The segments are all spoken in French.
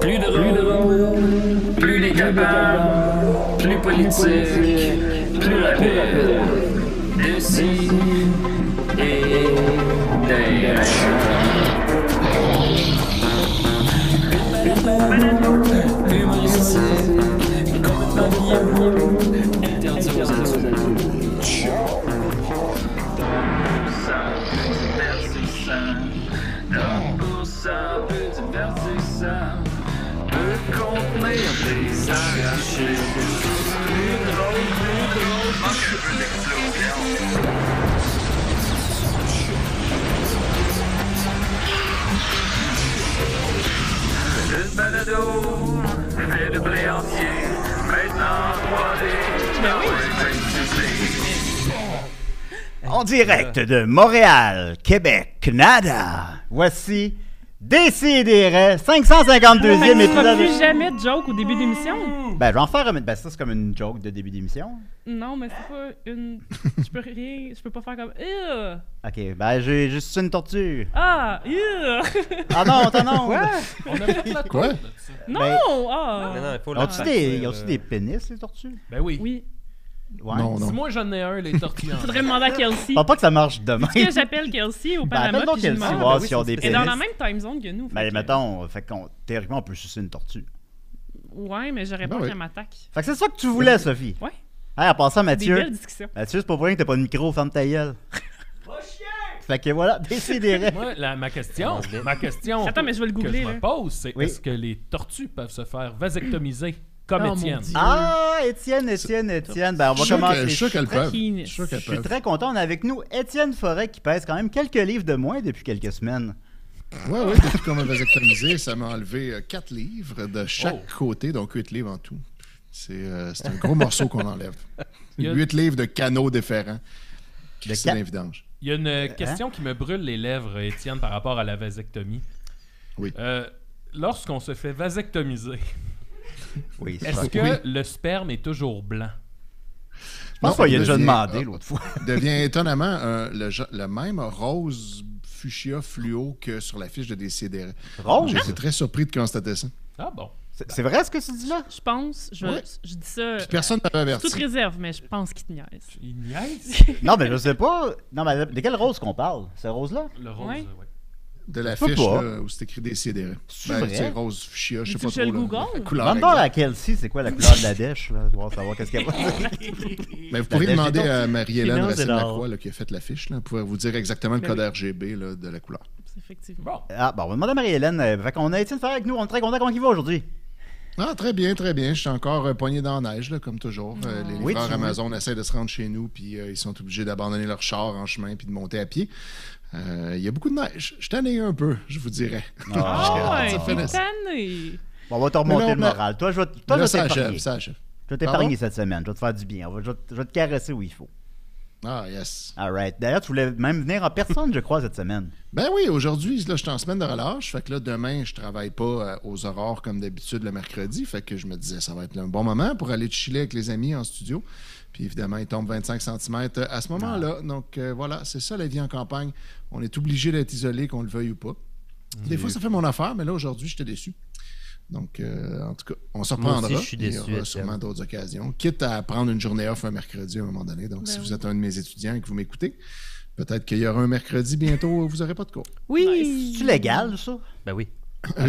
Plus drôle, plus décapable, plus politique, plus rapide. De ci et d'ailleurs. Humoristique, complètement interdit aux adultes. divertissant. Donc pour ça, peu divertissant. Peut contenir des arrachés. Plus drôle, plus drôle. Manque un peu d'explosion. Le balado fait de blé entier. Maintenant, 3D. Mais oui. En direct de Montréal, Québec, Canada. Voici DCDR 552e Fait que Ah, tu feras épisode. plus jamais de joke au début d'émission? Ben, je vais en faire une. Ben, ça, c'est comme une joke de début d'émission. Non, mais c'est pas une. Je peux rien. Je peux pas faire comme. Ew! Ok, ben, j'ai juste une tortue. Ah! Ew! Ah non, t'as non! Quoi? non! Ben- Ah! Non, non, il faut le Ont-tu faire, des, ça, ont-tu euh, des pénis, les tortues? Ben oui. Oui. Ouais. Non, non. Si moi j'en ai un, les tortues. en Faudrait demander à Kelsey. Pas pas que ça marche demain. Est-ce que j'appelle Kelsey au Ben, Panama? appelle donc puis je lui Kelsey, demande? voir oui, s'ils ont c'est- des Elle est pénis. dans la même time zone que nous. fait Ben, que- mettons, fait qu'on, théoriquement, on peut sucer une tortue. Ouais, mais j'aurais Ben peur oui. qu'elle m'attaque. Fait que c'est ça que tu voulais, Sophie. Ouais. Hey, en passant, Des Mathieu. belles discussions. Mathieu, Ben, c'est pas pour rien que t'as pas de micro, ferme ta gueule. Fait que voilà, décidérez. Moi, la- ma question, ma question Attends, mais je vais le que googler, je là. me pose, c'est Ah, Oui. est-ce que les tortues peuvent se faire vasectomiser comme Oh, mon Étienne? Dieu. Ah, Étienne, Étienne, Étienne. Ben, on Je va suis sûr commencer. que- je suis sûr qu'elles peuvent. Je suis sûr Je qu'elles suis peuvent. très content. On a avec nous Étienne Forêt qui pèse quand même quelques livres de moins depuis quelques semaines. Ouais, ouais, depuis qu'on m'a vasectomisé, ça m'a enlevé 4 livres de chaque Oh. côté, donc 8 livres en tout. C'est euh, c'est un gros morceau qu'on enlève. Il y a- 8 livres de canaux différents. De C'est ca- l'invidange. Il y a une Euh, hein? question qui me brûle les lèvres, Étienne, par rapport à la vasectomie. Oui. Euh, Lorsqu'on se fait vasectomiser, Oui, c'est est-ce vrai. que le sperme est toujours blanc? Je pense qu'on y a déjà demandé l'autre. l'autre fois. devient étonnamment un- le, ge- le même rose fuchsia fluo que sur la fiche de DCDR. Rose? J'étais très surpris de constater ça. Ah bon. C'est c'est vrai ce que tu dis là? Je pense. Je, Ouais. je dis Euh, ça. Puis personne ne sous Toute averti. réserve, mais je pense qu'il te niaise. Il niaise? Non, mais je sais pas. Non, mais de quelle rose qu'on parle? Cette rose-là? Le rose, Ouais. ouais. De la Je sais fiche pas. là, où c'est écrit DCDR. C'est Ben, vrai? c'est rose fuchsia, je sais Veux-tu pas que je le trop. là, google? la couleur Demande donc exacte. à Kelsey, c'est quoi la couleur de la dèche? Là, pour savoir qu'est-ce qu'elle va Mais Ben, vous pourriez La- la- demander la- à Marie-Hélène Finance et l'or. Racine-Lacroix là, qui a fait l'affiche. là. Elle pourrait vous dire exactement le Ben code oui. RGB là, de la couleur. Effectivement. Bon. Ah, bon, on va demander à Marie-Hélène. Euh, Fait qu'on a Étienne Ferrer avec nous. On est très content comment il va aujourd'hui. Ah, très bien, très bien. Je suis encore euh, poigné dans la neige, là, comme toujours. Euh, les Oui, livreurs tu- Amazon essaient de se rendre chez nous, puis euh, ils sont obligés d'abandonner leur char en chemin puis de monter à pied. Euh, Il y a beaucoup de neige. Je t'en ai un peu, je vous dirais. Ah Ça fait ouais, t'es naissance. tanné. Bon, on va te remonter Mais là, le mais- moral. Toi, je vais t- toi, je Là, vais ça t'épargner. achève, ça achève. Je vais t'épargner cette semaine. Je vais te faire du bien. On va- Je vais, te- je vais te caresser où il faut. Ah, yes. All right. D'ailleurs, tu voulais même venir en personne, je crois, cette semaine. Ben oui, aujourd'hui, là, je suis en semaine de relâche. Fait que là, demain, je travaille pas euh, aux aurores comme d'habitude le mercredi. Fait que je me disais, ça va être un bon moment pour aller chiller avec les amis en studio. Puis évidemment, il tombe 25 cm euh, à ce moment-là. Ah. Donc euh, voilà, c'est ça la vie en campagne. On est obligé d'être isolé, qu'on le veuille ou pas. Mmh. Des fois, ça fait mon affaire, mais là, aujourd'hui, j'étais déçu. Donc, euh, en tout cas, on se Moi aussi, reprendra. je suis Il y déçu, aura Étienne. sûrement d'autres occasions. Quitte à prendre une journée off un mercredi à un moment donné. Donc, Ben si vous êtes un de mes étudiants et que vous m'écoutez, peut-être qu'il y aura un mercredi bientôt où vous n'aurez pas de cours. C'est-tu légal, ça? Ben oui.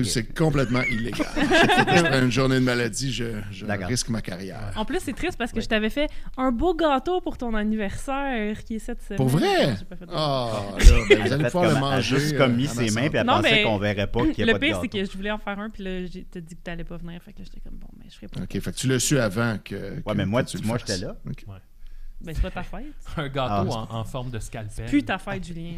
C'est complètement illégal. Chaque fois que je prends une journée de maladie, je, je D'accord. risque ma carrière. En plus, c'est triste parce que je t'avais fait un beau gâteau pour ton anniversaire qui est cette semaine. Pour vrai? J'ai pas fait de- Ah, là, ben, vous Elle a allez fait pouvoir comme- le elle a manger. juste euh, comme mis à ma ses mains santé. puis elle Non, pensait mais qu'on verrait pas qu'il y a Le pas de pire, gâteau. c'est que je voulais en faire un, puis là, j'ai- t'as dit que t'allais pas venir. Fait que là, j'étais comme, bon, mais je ferai pas. OK, fait que tu le su avant que. que- Ouais, mais moi, que tu tu- le moi fasses. j'étais là. OK. Ben, c'est pas ta fête. Un gâteau Ah. en, en forme de scalpel. Plus ta fête, Julien.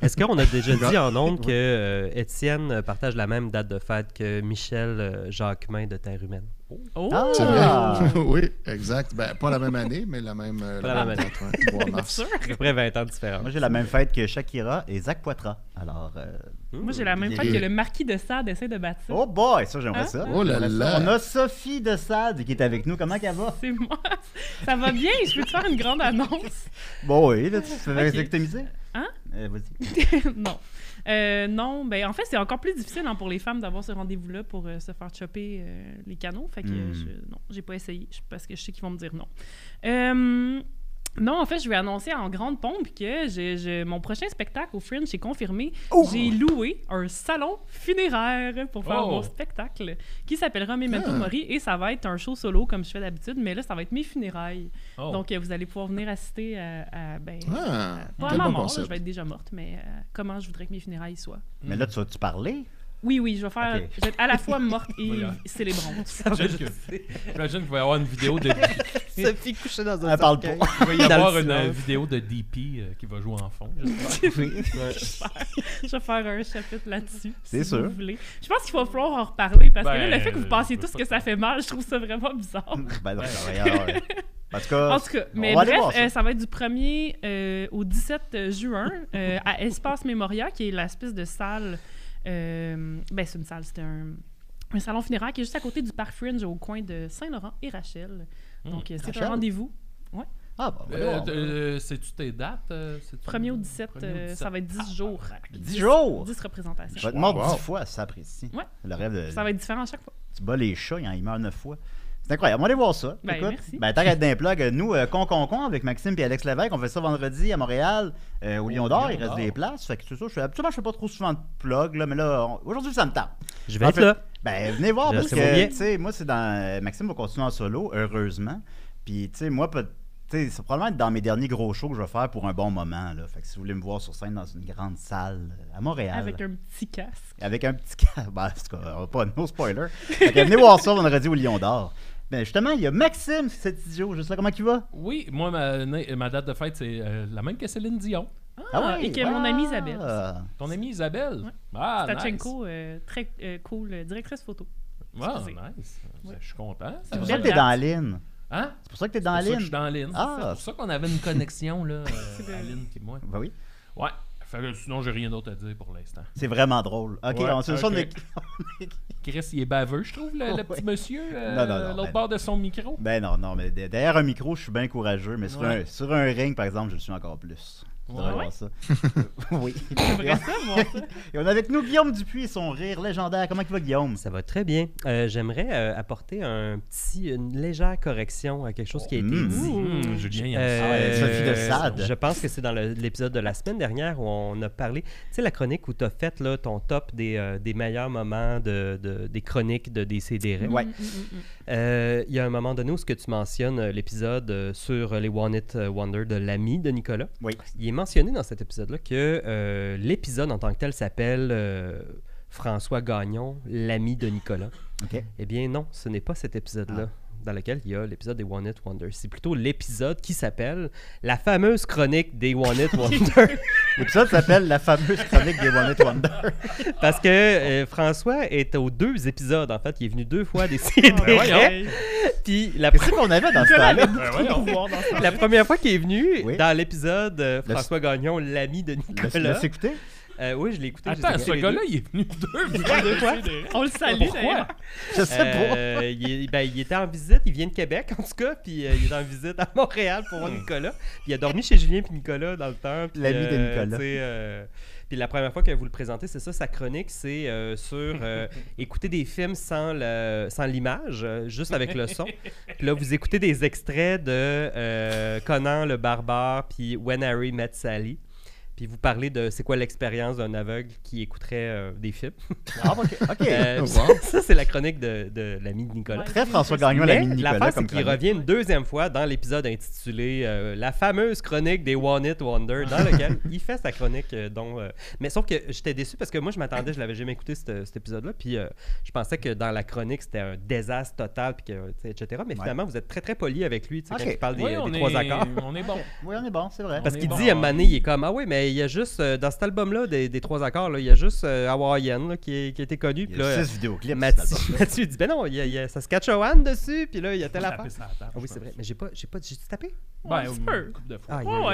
Est-ce qu'on a déjà dit en ondes que euh, Étienne euh, partage la même date de fête que Michel euh, Jacquemin de Terre Humaine? Oh! Ah! C'est vrai. oui, exact. Ben, pas la même année, mais la même. euh, Pas la même année. date, ouais, 3 mars. Sûr? À peu près 20 ans de différence. Moi, j'ai la même fête que Shakira et Zach Poitras. Alors, euh, Moi, j'ai la même Il fête est- que le marquis de Sade essaie de bâtir. oh boy, ça, j'aimerais Hein? ça. Oh là J'aimerais ça. là. On a Sophie de Sade qui est avec nous. Comment qu'elle va? C'est moi. Ça va bien? Je peux te faire une grande annonce? Bon, oui, là, tu te fais Ok. vasectomiser? Hein? Euh, Vas-y. non. Euh, non, ben en fait, c'est encore plus difficile hein, pour les femmes d'avoir ce rendez-vous-là pour euh, se faire choper euh, les canaux. Fait que Hmm. je- non, j'ai pas essayé je- parce que je sais qu'ils vont me dire non. Euh, non, en fait, je vais annoncer en grande pompe que je- je- mon prochain spectacle au Fringe est confirmé. J'ai loué un salon funéraire pour faire Oh! mon spectacle qui s'appellera Memento Ah. Mori et ça va être un show solo comme je fais d'habitude, mais là, ça va être mes funérailles. Oh. Donc, euh, vous allez pouvoir venir assister à, à- ben, Ah, pas à quel ma bon mort, là, je concept. vais être déjà morte, mais euh, comment je voudrais que mes funérailles soient. Mais là, tu vas-tu parler? Oui, oui, je vais faire. Ok. Je vais être à la fois morte et Voyons. célébrante. J'imagine que- j'imagine qu'il va y avoir une vidéo de. Sophie couchée dans Elle parle pas. Il va y Dans le avoir une silence. euh, vidéo de DP euh, qui va jouer en fond. j'espère. Je vais faire un chapitre là-dessus. C'est si sûr. vous voulez. Je pense qu'il va falloir en reparler parce que Ben, là, le fait que vous euh, pensiez je tous peux que pas. ça fait mal, je trouve ça vraiment bizarre. Ben, non, alors, euh, En tout cas, En tout cas, on mais va aller bref, euh, voir ça. ça. va être du 1er euh, au 17 juin euh, à Espace Memoria, qui est l'espèce de salle. euh, ben, c'est une salle, c'est un, un salon funéraire qui est juste à côté du parc Fringe au coin de Saint-Laurent et Rachel. Donc, euh, c'est Hmm, Rachel? un rendez-vous. ah, bon, on va aller Euh, voir. euh, C'est-tu tes dates euh, c'est-tu- 1er au 17, Premier euh, ça va être 10 jours. 10 jours! 10 représentations. Je vais être mort Wow. 10 fois, ça précis. Ouais. Le rêve de. Ça va être différent à chaque fois. Tu bats les chats, il en- il meurt 9 fois. C'est incroyable. On va aller voir ça. Ben, Écoute, merci. Ben, t'arrêtes d'un plug. Nous, euh, Con Con Con, avec Maxime et Alex Lévesque, on fait ça vendredi à Montréal, euh, au Lion d'Or. Il Lion reste d'Or. des places. Fait que c'est ça. Je fais, habituellement, je fais pas trop souvent de plug, là, mais là, on- aujourd'hui, ça me tape. Je vais En être fait, là. Ben, venez voir, Je parce sais mon que, billet. tu sais, moi, c'est dans. euh, Maxime va continuer en solo, heureusement. Puis, tu sais, moi, peut- tu sais, ça va probablement être dans mes derniers gros shows que je vais faire pour un bon moment, là. Fait que si vous voulez me voir sur scène dans une grande salle euh, à Montréal. Avec un petit casque. Avec un petit cas. Ben, en tout cas, on va pas, no spoiler. Fait que venez voir ça vendredi au Lion d'Or. Ben, justement, il y a Maxime, cet idiot, juste là, comment il va? Oui, moi, ma, na- ma date de fête, c'est euh, la même que Céline Dion. Ah, et que mon amie Isabelle. Ah. Ton amie Isabelle. Ouais. Ah, nice. Stachenko, euh, très euh, cool, euh, directrice photo. Ah, Excusez. nice. Ouais. Je suis content. C'est pour Belle ça que t'es date. dans la ligne. Hein? C'est pour ça que t'es C'est dans la pour ça que je suis ligne. dans Lynn. Ah. C'est pour ça qu'on avait une connexion, là, C'est euh, bien. Aline et moi. Ben oui. Ouais. Fait que sinon, j'ai rien d'autre à dire pour l'instant. C'est vraiment drôle. Ok, Ouais, on se ça, on ok. est- Chris, il est baveux, je trouve, le, le Ouais. petit monsieur. euh, Non, non, non, L'autre ben- bord de son micro. Ben non, non, mais de- derrière un micro, je suis bien courageux, mais sur, Ouais. un, sur un ring, par exemple, je le suis encore plus. Vous Ouais. devriez voir ça. oui. J'aimerais ça, moi, ça. Et on a avec nous Guillaume Dupuis et son rire légendaire. Comment il va, Guillaume? Ça va très bien. Euh, J'aimerais euh, apporter un petit, une légère correction à quelque chose qui a été Mm. Ah dit. Mmh, Julien, il aime ça. Euh, Sophie de Sade. Je pense que c'est dans le- l'épisode de la semaine dernière où on a parlé, tu sais, la chronique où tu as fait là, ton top des, euh, des meilleurs moments de, de- des chroniques de des CDR. Ouais. Mm, mm, mm, mm. Euh, Il y a un moment donné où ce que tu mentionnes euh, l'épisode euh, sur les One It Wonder de l'ami de Nicolas. Oui. Il est mentionné dans cet épisode-là que euh, l'épisode en tant que tel s'appelle euh, François Gagnon, l'ami de Nicolas. Ok. Eh bien non, ce n'est pas cet épisode-là dans lequel il y a l'épisode des One It Wonder. C'est plutôt l'épisode qui s'appelle La fameuse chronique des One It Wonder. L'épisode s'appelle La fameuse chronique des One Hit Wonder. Parce que euh, François est aux deux épisodes, en fait. Il est venu deux fois des séries. ben voyons. Hey, Puis la, Qu'est-ce qu'on avait dans ce Nicolas avait temps-là? beaucoup Ben de voyons. pouvoir dans ça. la première fois qu'il est venu, Oui. dans l'épisode euh, Le- François Gagnon, l'ami de Laisse- Nicolas. Laisse écouter. Euh, oui, je l'ai écouté. je les ai Attends, écoutés ce les deux. gars-là, il est venu deux fois. Deux fois. On le salue, Pourquoi? d'ailleurs. Je sais pas. Euh, il, est- ben, il était en visite, il vient de Québec en tout cas, puis euh, il est en visite à Montréal pour voir Nicolas. Puis il a dormi chez Julien puis Nicolas dans le temps. puis, Hmm. L'ami de euh, Nicolas. tu sais, euh, puis la première fois que vous le présentez, c'est ça, sa chronique, c'est euh, sur euh, écouter des films sans le- sans l'image, euh, juste avec le son. Puis là, vous écoutez des extraits de euh, Conan le barbare, puis When Harry Met Sally. Puis vous parlez de c'est quoi l'expérience d'un aveugle qui écouterait euh, des films. Ah, ok. ok. Euh, Wow. ça, ça, c'est la chronique de, de l'ami de Nicolas. Ouais. Très François Gagnon, l'ami de Mais Nicolas, l'affaire, comme c'est qu'il chronique. revient une deuxième fois dans l'épisode intitulé euh, La fameuse chronique des One It Wonder, dans lequel il fait sa chronique. euh, dont, euh, Mais sauf que j'étais déçu parce que moi, je m'attendais, je l'avais jamais écouté cette- cet épisode-là, puis euh, je pensais que dans la chronique, c'était un désastre total, puis que, euh, tu sais, etc. Ouais. Mais finalement, vous êtes très très poli avec lui tu sais, Ok. quand il parle des, Oui, euh, on, des est, trois accords. on est bon. Oui, on est bon, c'est vrai. Parce On est qu'il bon. dit à Mané, il est comme Ah oui, mais il y a juste, euh, dans cet album-là, des, des trois accords, là, il y a juste euh, Hawaiian là, qui, est- qui a été connu. Il puis y là, a 6 vidéoclips. Mathieu, cet album. Mathieu dit ben non, il y a, il y a Saskatchewan dessus, puis là il y a telle affaire. Taper sur la table, Ah oui, je c'est pense. vrai, mais j'ai pas, j'ai pas, j'ai tapé. Ah, Ouais, Ben, tu peux. une couple de fois. Aïe, Oh, aïe, ouais.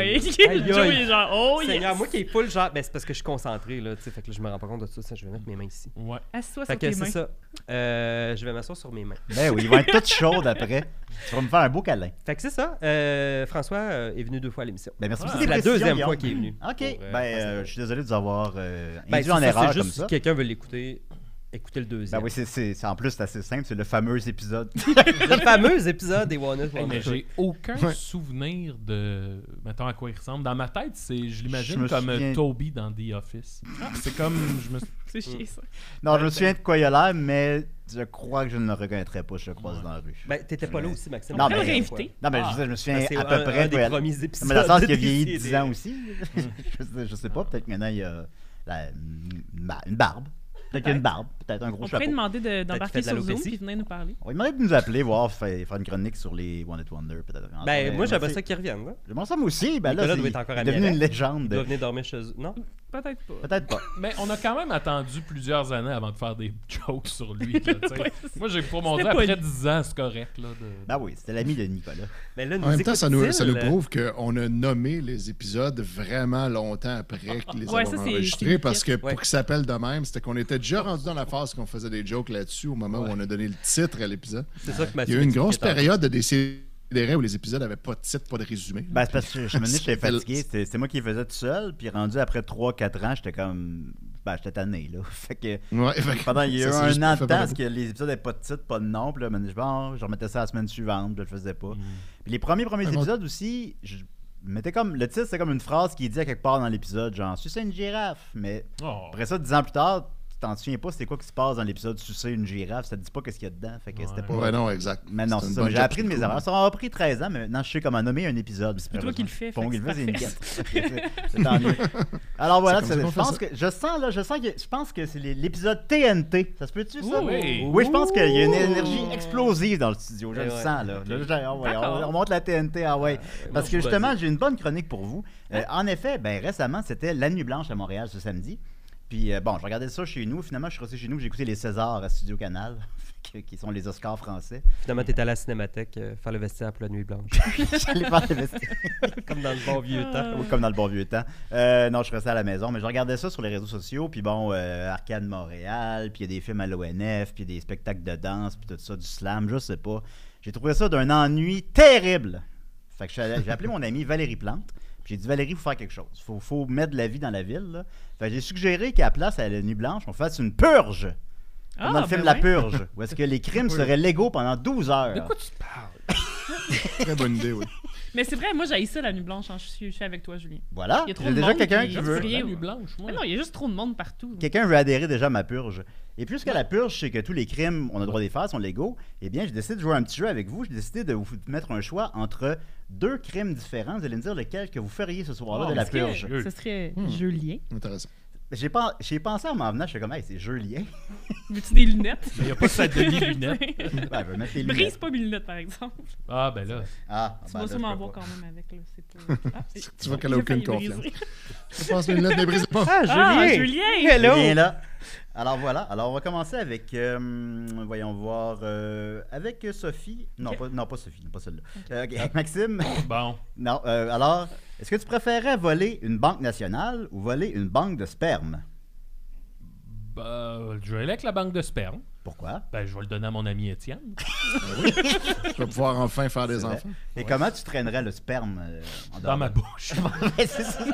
aïe. Aïe, Joe, aïe. il est genre, oh, Seigneur, yes. moi qui ai pas le genre, ben c'est parce que je suis concentré là, tu sais, fait que là, je me rends pas compte de tout ça, je vais mettre mes mains ici. Ouais. Assois Fait sur que tes c'est mains. ça. Euh, je vais m'asseoir sur mes mains. Ben oui, ils vont être toutes chaudes après. Tu vas me faire un beau câlin. Fait que c'est ça. Euh, François euh, est venu deux fois à l'émission. Ben merci Ah, pour C'est ces la précisions, deuxième Guillaume. fois qu'il est venu. Ok, pour, euh, ben, passer euh, la- je suis désolé de vous avoir euh, Ben, induit c'est en ça, erreur c'est comme juste ça. Si quelqu'un veut l'écouter, écoutez le deuxième. Ben oui, c'est- c'est c'est- en plus c'est assez simple, c'est le fameux épisode. le fameux épisode des One Up Hey, Ben, mais j'ai aucun Ouais. souvenir de. Mettons à quoi il ressemble. Dans ma tête, c'est, je Je l'imagine me comme euh, souviens- Toby dans The Office. C'est comme. Je me... C'est chier, ça. non, je me souviens de quoi il a l'air, mais je crois que je ne le reconnaîtrais pas, si je le croise dans la rue. Ben, t'étais pas là aussi, Maxime. Non, On pourrait mais- le réinviter. non, mais Ah. je, sais, je me souviens Ben, C'est à peu un- près un de quoi des il a l'air. premiers épisodes. Non, Mais dans le sens de qu'il a vieilli DCD. 10 ans aussi. je, sais, je sais pas, peut-être que maintenant il a la- une ba- une barbe. Peut-être qu'il y a une barbe, peut-être un gros On chapeau. pourrait demander de- fait d'embarquer de sur Zoom l'alopécie. puis venir nous parler. On va lui demander de nous appeler, voir, faire, faire une chronique sur les One It Wonder, peut-être. Ben, moi, j'aimerais j'avais ça qu'ils reviennent. hein. J'aimerais ça, moi aussi. Ben là, Nicolas c'est doit être encore il est ami devenu avec. une légende. Il Ben, doit venir dormir chez eux. Non? Peut-être pas. Peut-être pas. Mais on a quand même attendu plusieurs années avant de faire des jokes sur lui. là, tu sais. Ouais, Moi, j'ai pour mon C'était dire, pas après lui. 10 ans, c'est correct. Là, de- Ben oui, c'était l'ami de Nicolas. Mais là, nous En même temps, ça nous, ça nous euh, écoute-t-il? prouve qu'on a nommé les épisodes vraiment longtemps après Ah, qu'ils les Ouais, ça, avoir c'est- c'est enregistrés une parce que Ouais. pour qu'ils s'appellent de même, c'était qu'on était déjà rendu dans la phase qu'on faisait des jokes là-dessus au moment où on a donné le titre à l'épisode. Ah, C'est ça que Il y Mathieu. a eu une expliquait grosse tantôt. période de décidérés où les épisodes n'avaient pas de titre, pas de résumé. Ben, c'est parce que je me dis, j'étais C'était le- fatigué. C'était c'était moi qui les faisais tout seul. Puis rendu après 3-4 ans, j'étais comme. Ben, j'étais tanné, là. Fait que Ouais, fait que pendant il y a eu ça, c'est un juste an fait de temps, par- parce que les épisodes n'avaient pas de titre, pas de nom. Puis là, ben, je, bon, je remettais ça la semaine suivante, puis je le faisais pas. Hmm. Puis les premiers premiers Ah, bon. épisodes aussi, je mettais comme. Le titre, c'est comme une phrase qui est dit à quelque part dans l'épisode, genre, sucer une girafe. Mais Oh. Après ça, dix ans plus tard, tu t'en souviens pas c'était quoi qui se passe dans l'épisode Sucer une girafe, ça te dit pas qu'est-ce qu'il y a dedans. Fait que c'était Ouais. pas. Ouais, non, exact. Mais non, C'est c'est une ça. bonne mais J'ai job, appris de mes cool. erreurs. Ça m'a pris 13 ans, mais maintenant je sais comment nommer un épisode. C'est plus toi qui le fais, Pas moi qui le fais, c'est fait que c'est Nicolas. C'est tant mieux. Alors voilà, C'est c'est- comme ça je qu'on pense fait que je sens là, je sens que je pense que c'est les- l'épisode TNT. Ça se peut-tu ça Oui. Oui, je pense qu'il y a une énergie explosive dans le studio. Je Eh le ouais. sens là. Là, j'ai- ah ouais, D'accord. on, on monte la TNT, ah ouais. Parce que vas-y. justement, j'ai une bonne chronique pour vous. Euh, en effet, ben récemment, c'était la nuit blanche à Montréal ce samedi. Puis euh, bon, je regardais ça chez nous. Finalement, je suis resté chez nous. puis J'ai écouté les Césars à Studio Canal, qui- qui sont les Oscars français. Finalement, t'étais à la cinémathèque euh, faire le vestiaire pour la nuit blanche. J'allais faire le vestiaire. Comme dans le bon vieux temps. Oui, comme dans le bon vieux temps. Euh, non, je restais à la maison, mais je regardais ça sur les réseaux sociaux. Puis bon, euh, Arcade Montréal, puis il y a des films à l'ONF, puis des spectacles de danse, puis tout ça, du slam, je sais pas. J'ai trouvé ça d'un ennui terrible. Fait que je suis allé- j'ai appelé mon ami Valérie Plante. puis J'ai dit, Valérie, il faut faire quelque chose. Il faut, faut mettre de la vie dans la ville. là. Fait que j'ai suggéré qu'à la place, à la nuit blanche, on fasse une purge. Comme dans le film ben La ouais. Purge, où est-ce que les crimes seraient légaux pendant 12 heures. De quoi tu parles? Très bonne idée, oui. Mais c'est vrai, moi, j'ai ça la nuit blanche. hein. Je suis je suis avec toi, Julien. Voilà. Il y a trop J'ai de déjà monde quelqu'un qui- qui qui veut. se La Rien. nuit blanche, moi. Ah non, il y a juste trop de monde partout. quelqu'un veut adhérer déjà à ma purge. Et puisque la purge, c'est que tous les crimes, on a le droit de les faire, sont légaux, eh bien, je décide de jouer à un petit jeu avec vous. J'ai décidé de vous mettre un choix entre deux crimes différents. Vous allez me dire lequel que vous feriez ce soir-là Oh, de la Est-ce que purge. Ce serait Hmm. Julien. Intéressant. J'ai pen- j'ai pensé en m'en venant, je suis comme, hey, c'est jeu lien. Veux-tu des lunettes? Mais il n'y a pas cette demi-lunette. Ben, je vais mettre les lunettes. Brise pas mes lunettes, par exemple. Ah, ben là. Ah, Tu ben là, vas je sûrement peux voir pas. quand même avec. Là. C'est pas... Ah, Tu vois qu'elle a j'ai aucune failli confiance. briser. Je pense que les lunettes ne brisent pas. Ah, Ah, Julien! Julien! Hello! Julien est là. Alors voilà, alors on va commencer avec, euh, voyons voir, euh, avec Sophie. Non, Ok. pas, non, pas Sophie, pas celle-là. Euh, ok, Maxime. Bon. Non, euh, alors, est-ce que tu préférais voler une banque nationale ou voler une banque de sperme? Ben, je vais aller avec la banque de sperme. Pourquoi? Ben, je vais le donner à mon ami Étienne. Je vais pouvoir enfin faire des C'est vrai. enfants. Et comment tu traînerais le sperme euh, en Dans dehors ma de- bouche. Ouais, c'est ça.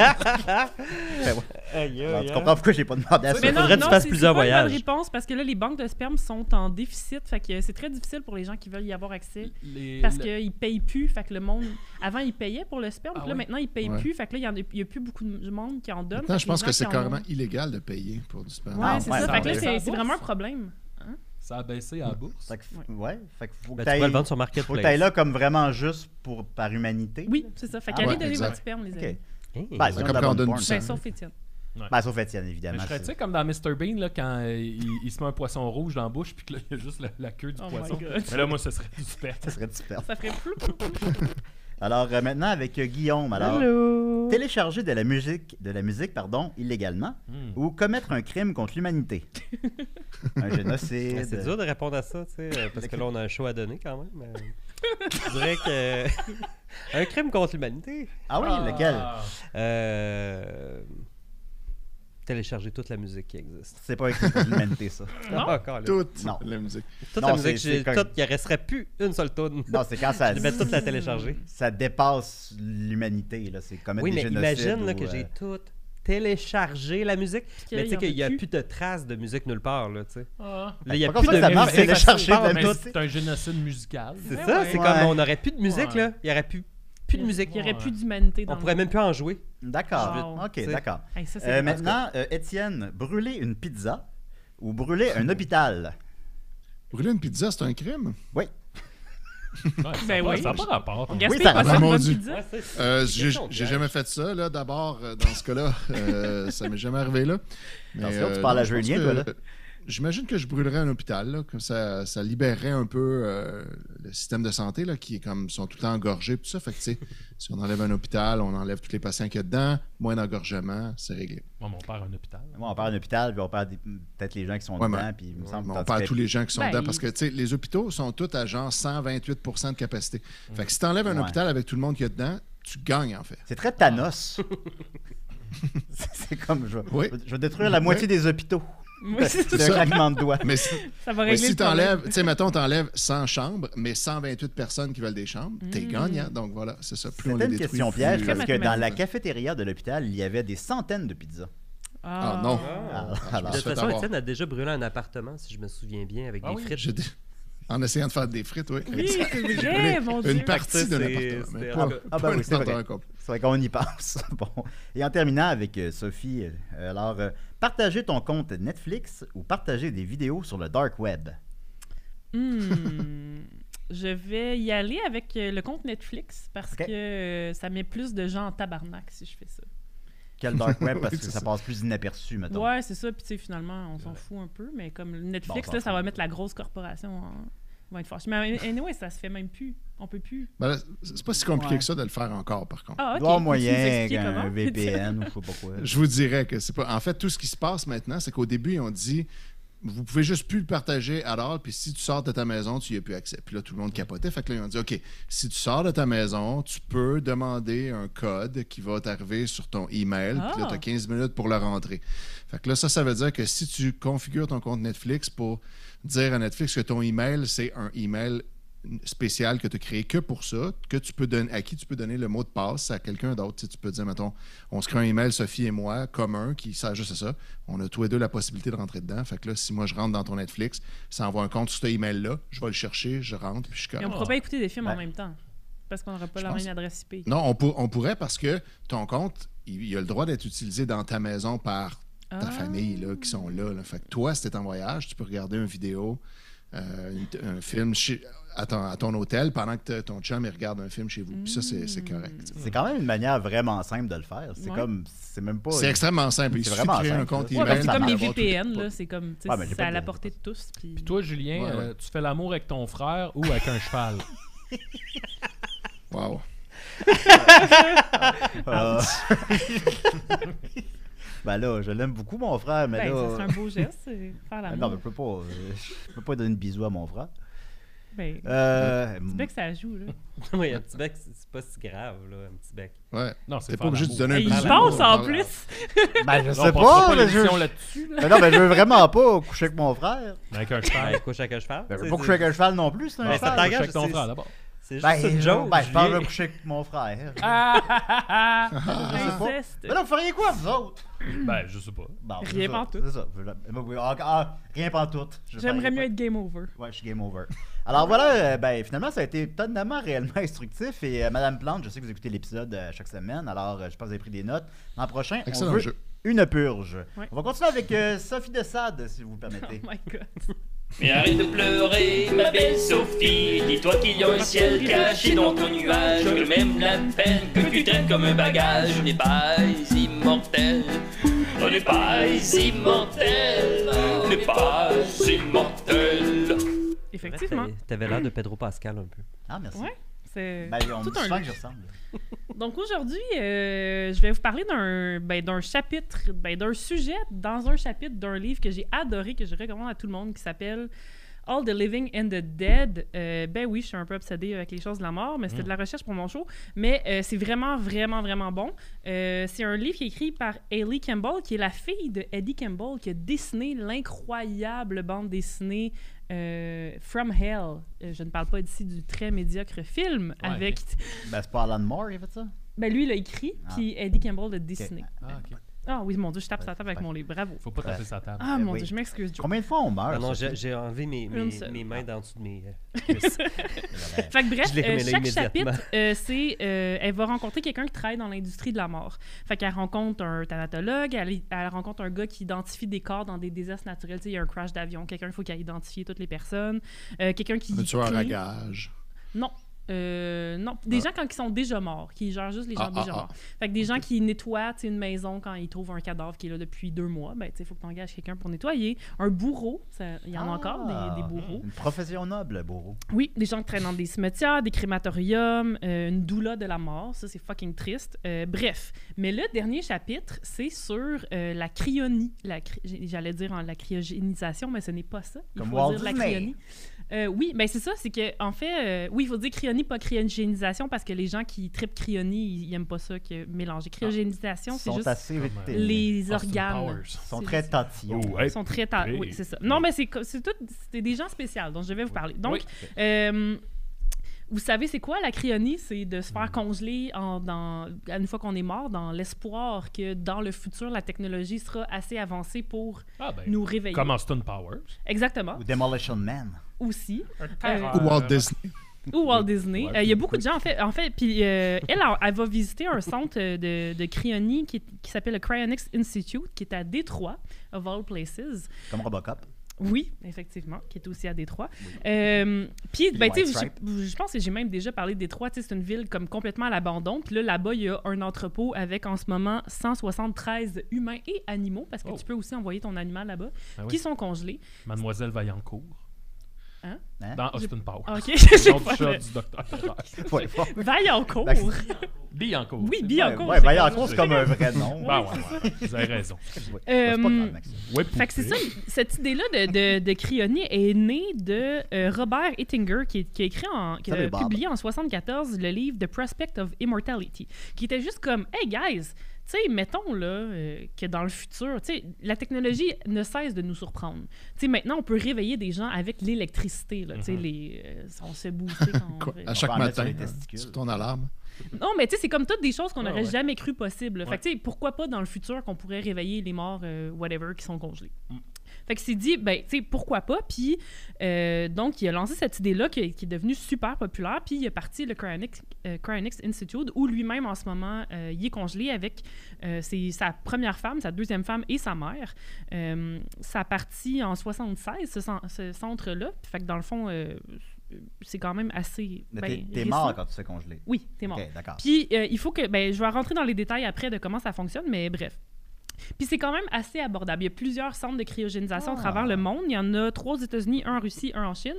Ben ouais. Aïe, Alors, aïe, tu hein? aïe. comprends pourquoi j'ai pas demandé à ça? Mais non, Faudrait que tu non, fasses c'est- plusieurs c'est pas une bonne voyages. réponse parce que là, les banques de sperme sont en déficit. Fait que c'est très difficile pour les gens qui veulent y avoir accès. Les- Parce le- qu'ils ne payent plus. Fait que le monde. Avant, ils payaient pour le sperme. Ah puis là, ouais? maintenant, ils ne payent Ouais. plus. Fait que là, il y en a- il n'y a, plus beaucoup de monde qui en donne. Maintenant, fait je pense les que gens c'est qui en carrément ont- illégal de payer pour du sperme. Ouais, Ah, c'est ouais, ça. ça fait que là, va. c'est- Ça c'est bourse. vraiment un problème. Ça a baissé à Mm. la bourse. Fait que, f- ouais, fait que faut que Ben, tu t'ailles- pourrais le vendre sur faut que t'ailles Marketplace. là comme vraiment juste pour, par humanité. Oui, c'est ça. Fait Ah qu'allez ouais, donner exact. votre sperme, les OK. amis. Hey. Ben, sinon, comme de la quand on bonne donne porn. du sang. Ben, sauf Étienne. Ben, sauf Étienne, évidemment. Mais je serais, c'est- tu sais, comme dans Mr. Bean, là, quand euh, il, il se met un poisson rouge dans la bouche, puis que là, il y a juste la, la queue du Oh my poisson. God. Mais là, moi, ce serait du sperme. ça serait du sperme. Ça ferait plus. Alors, euh, maintenant, avec euh, Guillaume. Alors, Allô? télécharger de la musique, de la musique pardon, illégalement Hmm. ou commettre un crime contre l'humanité. un génocide. Ouais, Ben, C'est dur de répondre à ça, tu sais, euh, parce que là, on a un show à donner quand même. euh. Je dirais que. un crime contre l'humanité. Ah oui, lequel Ah. Euh, téléchargé toute la musique qui existe. C'est pas expérimenté, ça. Non? Ah, câlisse. Toute Non. la musique. Toute Non, la c'est- musique, c'est j'ai- comme- toute- il ne resterait plus une seule tune. Non, c'est quand ça, Je vais toute la télécharger. ça dépasse l'humanité. là. C'est comme Oui, des mais génocides imagine là, ou, que euh, j'ai tout téléchargé la musique. que Mais là, tu il sais y en qu'il n'y a fait plus de traces de musique nulle part. Là, tu sais. Ah. Là, il n'y a Ben, C'est pas comme ça plus de que ça marche, musique. c'est téléchargé part, la mais Mais tout. c'est un génocide musical. C'est Ouais, ça, ouais. c'est Ouais. comme on n'aurait plus de musique. Ouais. là. Il n'y aurait plus, plus de musique. Il n'y aurait plus Ouais. d'humanité dans On le pourrait monde. même plus en jouer. D'accord. Wow. Ok, C'est- d'accord. Hey, ça, c'est Euh, vraiment- maintenant, euh, Étienne, brûler une pizza ou brûler un hôpital? Brûler une pizza, c'est un crime? Ouais, ça Ben a pas- oui. Ça n'a pas rapport. On gaspille Oui, ça pas va, ça, une mon bonne Dieu. pizza. Euh, J'ai Question, j'ai Pierre. jamais fait ça, là, d'abord, euh, dans ce cas-là. Euh, ça m'est jamais arrivé, là. Mais, euh, Attention, tu parles à je pense Julien, que- toi, là. J'imagine que je brûlerais un hôpital, là, comme ça, ça libérerait un peu euh, le système de santé, là, qui est comme, sont tout le temps engorgés, tout ça. Fait que, tu sais, si on enlève un hôpital, on enlève tous les patients qu'il y a dedans, moins d'engorgement, c'est réglé. Moi, mon père a un hôpital. Moi, on perd un hôpital, puis on perd des- peut-être les gens qui sont Ouais, dedans, mais- puis il me semble Mais que on perd tous les gens qui sont Ben, dedans il- parce que tu sais, les hôpitaux sont tous à genre 128 de capacité. Fait que si tu enlèves un Ouais. hôpital avec tout le monde qu'il y a dedans, tu gagnes en fait. C'est très Thanos. C'est- c'est comme, je, Oui. je vais détruire la moitié des hôpitaux. Oui, c'est- C'est un ça. claquement de doigts. Mais si, ça va mais régler si le problème. t'enlèves, tu sais, mettons, t'enlèves 100 chambres, mais 128 personnes qui veulent des chambres, Mm. t'es gagnant. Donc voilà, c'est ça. Plus on C'était les une détruit, question plus- euh, piège, parce Très que dans la mathématique. cafétéria de l'hôpital, il y avait des centaines de pizzas. Ah non. Ah. Ah, je me Alors, De suis toute fait façon, avoir. Étienne a déjà brûlé un appartement, si je me souviens bien, avec Ah des oui, frites. J'ai dit- En essayant de faire des frites, oui. Oui, c'est J'ai vrai, brûlé mon une Dieu. partie Ça, d'un c'est- appartement. c'est- mais en pas- tout cas- Ah, ben pas oui, un c'est vrai. appartement complet. C'est vrai qu'on y pense. Bon. Et en terminant avec euh, Sophie, euh, alors, euh, partager ton compte Netflix ou partager des vidéos sur le dark web? Hmm. Je vais y aller avec euh, le compte Netflix parce Ok. que euh, ça met plus de gens en tabarnak si je fais ça. Quel dark web? Parce Oui, que c'est ça ça. passe plus inaperçu, mettons. Ouais, c'est ça. Puis tu sais, finalement, on s'en fout un peu. Mais comme le Netflix, Euh. Bon, on là, s'en ça va fout. mettre la grosse corporation en. va être fâchée. Mais anyway, ça se fait même plus. On peut plus. Ben là, c'est pas si compliqué Ouais. que ça de le faire encore, par contre. Ah, ok. Doit Peux-tu nous moyen, expliquer un comment? VPN ou je sais pas quoi. Je vous dirais que c'est pas. En fait, tout ce qui se passe maintenant, c'est qu'au début, ils ont dit vous pouvez juste plus le partager à l'heure, puis si tu sors de ta maison, tu n'y as plus accès. Puis là, tout le monde capotait. Fait que là, ils ont dit OK, si tu sors de ta maison, tu peux demander un code qui va t'arriver sur ton email, puis là, Ah. tu as 15 minutes pour le rentrer. Fait que là, ça, ça veut dire que si tu configures ton compte Netflix pour dire à Netflix que ton email, c'est un email spécial que tu as créé que pour ça, que tu peux donner, à qui tu peux donner le mot de passe à quelqu'un d'autre. Tu sais, tu peux dire, mettons, on se crée un email, Sophie et moi, commun, qui sert juste à ça. On a tous les deux la possibilité de rentrer dedans. Fait que là, si moi je rentre dans ton Netflix, ça envoie un compte sur cet email-là, je vais le chercher, je rentre, puis je suis Mais on comme- pourra pas écouter des films en Ben. même temps parce qu'on n'aura pas Je la pense- même adresse IP. Non, on, pour- on pourrait parce que ton compte, il, il a le droit d'être utilisé dans ta maison par Ah. ta famille là, qui sont là, là. Fait que toi, si t'es en voyage, tu peux regarder une vidéo, euh, une- un film chez- à, ton, à ton hôtel pendant que t- ton chum il regarde un film chez vous. Puis ça, c'est c'est correct. C'est quand même une manière vraiment simple de le faire. C'est Ouais. comme, c'est même pas. C'est extrêmement simple. Il C'est suffit de vraiment créer un simple, compte ça. Ouais, email. ben, c'est ça comme marche. les d'avoir tout- VPN, là. C'est comme. tu sais, Ouais, mais j'ai c'est pas à de- la portée de tous. Puis... Puis toi, Julien, Ouais, ouais. euh, tu fais l'amour avec ton frère ou avec un cheval? Wow. Ah. Ah. ben là, je l'aime beaucoup, mon frère, mais Ben, ça, là. c'est un beau geste. c'est Faire Ah Non, mais l'amour. je peux pas. euh, Je peux pas donner de bisous à mon frère. Ben, Euh, c'est bien que ça joue, là. Oui, un petit bec, c'est c'est pas si grave, là, un petit bec. Ouais. Non, c'est T'es pas obligé de faire l'amour. donner un Ben, Il bisou. y pense On en parle- plus. ben, je Non, sais on passera pas. mais je... l'émission là-dessus. là. mais non, ben, je veux vraiment pas coucher avec mon frère. Mais Avec un Ah, cheval. couche avec un cheval. Ben, je c'est- veux pas coucher avec un cheval non plus, c'est un Ben, ça cheval. Couche t'engage, avec ton c'est- frère d'abord. C'est juste Ben, une joke. ben, je parle de Julien. Ah, coucher avec mon frère. ah, Inceste. Mais là, vous feriez quoi, vous autres? Ben, je sais pas. Bon, Rien c'est ça, pantoute. C'est ça. Je- oui, ah, ah, rien pantoute. Je J'aimerais feriais mieux pas. être game over. Ouais, je suis game over. Alors voilà, euh, ben finalement, ça a été étonnamment réellement instructif. Et euh, Madame Plante, je sais que vous écoutez l'épisode euh, chaque semaine, alors euh, je pense que vous avez pris des notes. L'an prochain, on Excellent veut jeu. une purge. Ouais. On va continuer avec euh, Sophie Dessade, si vous Oh le permettez. my god. Mais arrête de pleurer, ma belle Sophie. Dis-toi qu'il y a un ciel caché dans ton nuage. Que même la peine que tu traînes comme un bagage. On n'est pas immortel. On n'est pas immortel. On n'est pas immortel. Effectivement. T'avais- T'avais l'air de Pedro Pascal un peu. Ah, merci. Ouais. C'est Ben, on me tout dit souvent un que je ressemble. Donc aujourd'hui, euh, je vais vous parler d'un ben, d'un chapitre, ben, d'un sujet dans un chapitre d'un livre que j'ai adoré, que je recommande à tout le monde, qui s'appelle All the Living and the Dead. Euh, ben oui, je suis un peu obsédée avec les choses de la mort, mais c'était de la recherche pour mon show. Mais euh, c'est vraiment, vraiment, vraiment bon. Euh, c'est un livre qui est écrit par Hayley Campbell, qui est la fille de Eddie Campbell, qui a dessiné l'incroyable bande dessinée euh, From Hell. Euh, je ne parle pas ici du très médiocre film Ouais. avec. Ben, c'est pas Alan Moore qui a fait ça? Ben lui, il a écrit, Ah. puis Eddie Campbell l'a dessiné. Ah, ok. Ah oui, mon Dieu, je tape sur la table avec Ouais. mon livre. Bravo. Faut pas taper sa table. Ah Eh mon oui. Dieu, je m'excuse, Joe. Combien de fois on meurt? Ah non, ça? j'ai j'ai enlevé mes, mes- Une seule. mes mains dans dessous de mes euh, cuisses. Ben, Fait que bref, Je l'ai euh, remis là chaque immédiatement. chapitre, euh, c'est euh, elle va rencontrer quelqu'un qui travaille dans l'industrie de la mort. Fait qu'elle rencontre un thanatologue, elle, elle rencontre un gars qui identifie des corps dans des désastres naturels. Tu sais, il y a un crash d'avion, quelqu'un il faut qu'il aille identifier toutes les personnes, Euh, quelqu'un qui Un tueur à crie. gage. Non. Euh, non, des Ah. gens quand ils sont déjà morts, qui gèrent juste les gens Ah, ah, déjà ah. morts. Fait que des gens qui nettoient tu sais, une maison quand ils trouvent un cadavre qui est là depuis deux mois, ben il faut que tu engages quelqu'un pour nettoyer. Un bourreau, ça- il y en a encore Ah. Mm-hmm. des, des bourreaux. Une profession noble, bourreau. Oui, des gens qui traînent dans des cimetières, des crématoriums, euh, une doula de la mort, ça c'est fucking triste. Euh, bref, mais le dernier chapitre, c'est sur euh, la cryonie. La cry- j'ai- J'allais dire en la cryogénisation, mais ce n'est pas ça. Il Comme faut Walt dire la Disney. cryonie. Euh, oui, ben c'est ça, c'est que en fait, euh, oui, il faut dire cryonie, pas cryogénisation, parce que les gens qui tripent cryonie, ils, ils aiment pas ça que mélanger. Cryogénisation, Ah, Ils c'est sont juste assez Comme, euh, vite Ils les Austin organes. Powers. sont c'est très juste- tatillons. Oh, hey, Ils sont très ta- Hey. Oui, c'est ça. Non, mais c'est co- c'est tout. C'est des gens spéciaux dont je vais vous parler. Donc, Oui. euh, vous savez, c'est quoi la cryonie? C'est de se faire congeler en- dans, à une fois qu'on est mort, dans l'espoir que dans le futur, la technologie sera assez avancée pour Ah, ben, nous euh, réveiller. Comme Austin Powers. Exactement. Ou Demolition Man. Aussi. terreur. Ah, Ou Euh, Walt Disney. Ou Walt Disney. Ouais, Euh, Il y puis- a beaucoup de gens, en fait. En fait puis euh, elle, elle, elle va visiter un centre euh, de, de cryonie qui, qui s'appelle le Cryonics Institute, qui est à Détroit, of all places. Comme Robocop. Oui, effectivement, qui est aussi à Détroit. Euh, puis, ben, White tu sais, Stripe. je je pense que j'ai même déjà parlé de Détroit. Tu sais, c'est une ville comme complètement à l'abandon. Puis là, là-bas, il y a un entrepôt avec en ce moment 173 humains et animaux, parce que Oh. tu peux aussi envoyer ton animal là-bas, Ah oui. qui sont congelés. Mademoiselle Vaillancourt. Hein? Hein? Dans Austin Powers. Ah, OK, Le j'ai nom du pas chat le- du docteur Ferrer. Ouais, ouais, Vaillancourt. Maxi- Biancourt. Oui, c'est- Biancourt. ouais, ben, Vaillancourt, c'est comme un vrai nom. Ben ouais, ouais, vous avez raison. Ouais, c'est Euh, pas grave, Maxime. Ouais, Fait que c'est ça, poupée. cette idée-là de, de, de Cryonie est née de euh, Robert Ettinger, qui, qui a écrit en, qui a Salut, Bob. publié en 74 le livre The Prospect of Immortality, qui était juste comme, hey guys, tu sais, mettons là, euh, que dans le futur, tu sais, la technologie ne cesse de nous surprendre. Tu sais, maintenant, on peut réveiller des gens avec l'électricité, là, tu sais, Mhm. les, euh, on se booste quand on Quoi, ré- à On chaque va en mettre sur matin, les testicules. sur ton alarme. non, mais tu sais, c'est comme toutes des choses qu'on Ah Ouais, n'aurait ouais. jamais cru possible. Fait Ouais. que tu sais, pourquoi pas dans le futur qu'on pourrait réveiller les morts, euh, whatever, qui sont congelés. Mm. Fait que c'est dit, ben, tu sais, pourquoi pas? Puis, euh, donc, il a lancé cette idée-là qui, qui est devenue super populaire. Puis, il est parti le Cryonics, euh, Cryonics Institute, où lui-même, en ce moment, euh, il est congelé avec euh, ses- sa première femme, sa deuxième femme et sa mère. Euh, ça a parti en 76, ce, cen- ce centre-là. Fait que, dans le fond, euh, c'est quand même assez. Mais ben, t'es- T'es récent. mort quand tu te fais congeler. Oui, t'es mort. Ok, d'accord. Puis euh, il faut que. Ben, je vais rentrer dans les détails après de comment ça fonctionne, mais bref. Puis c'est quand même assez abordable. Il y a plusieurs centres de cryogénisation à Ah. travers le monde. Il y en a trois aux États-Unis, un en Russie, un en Chine.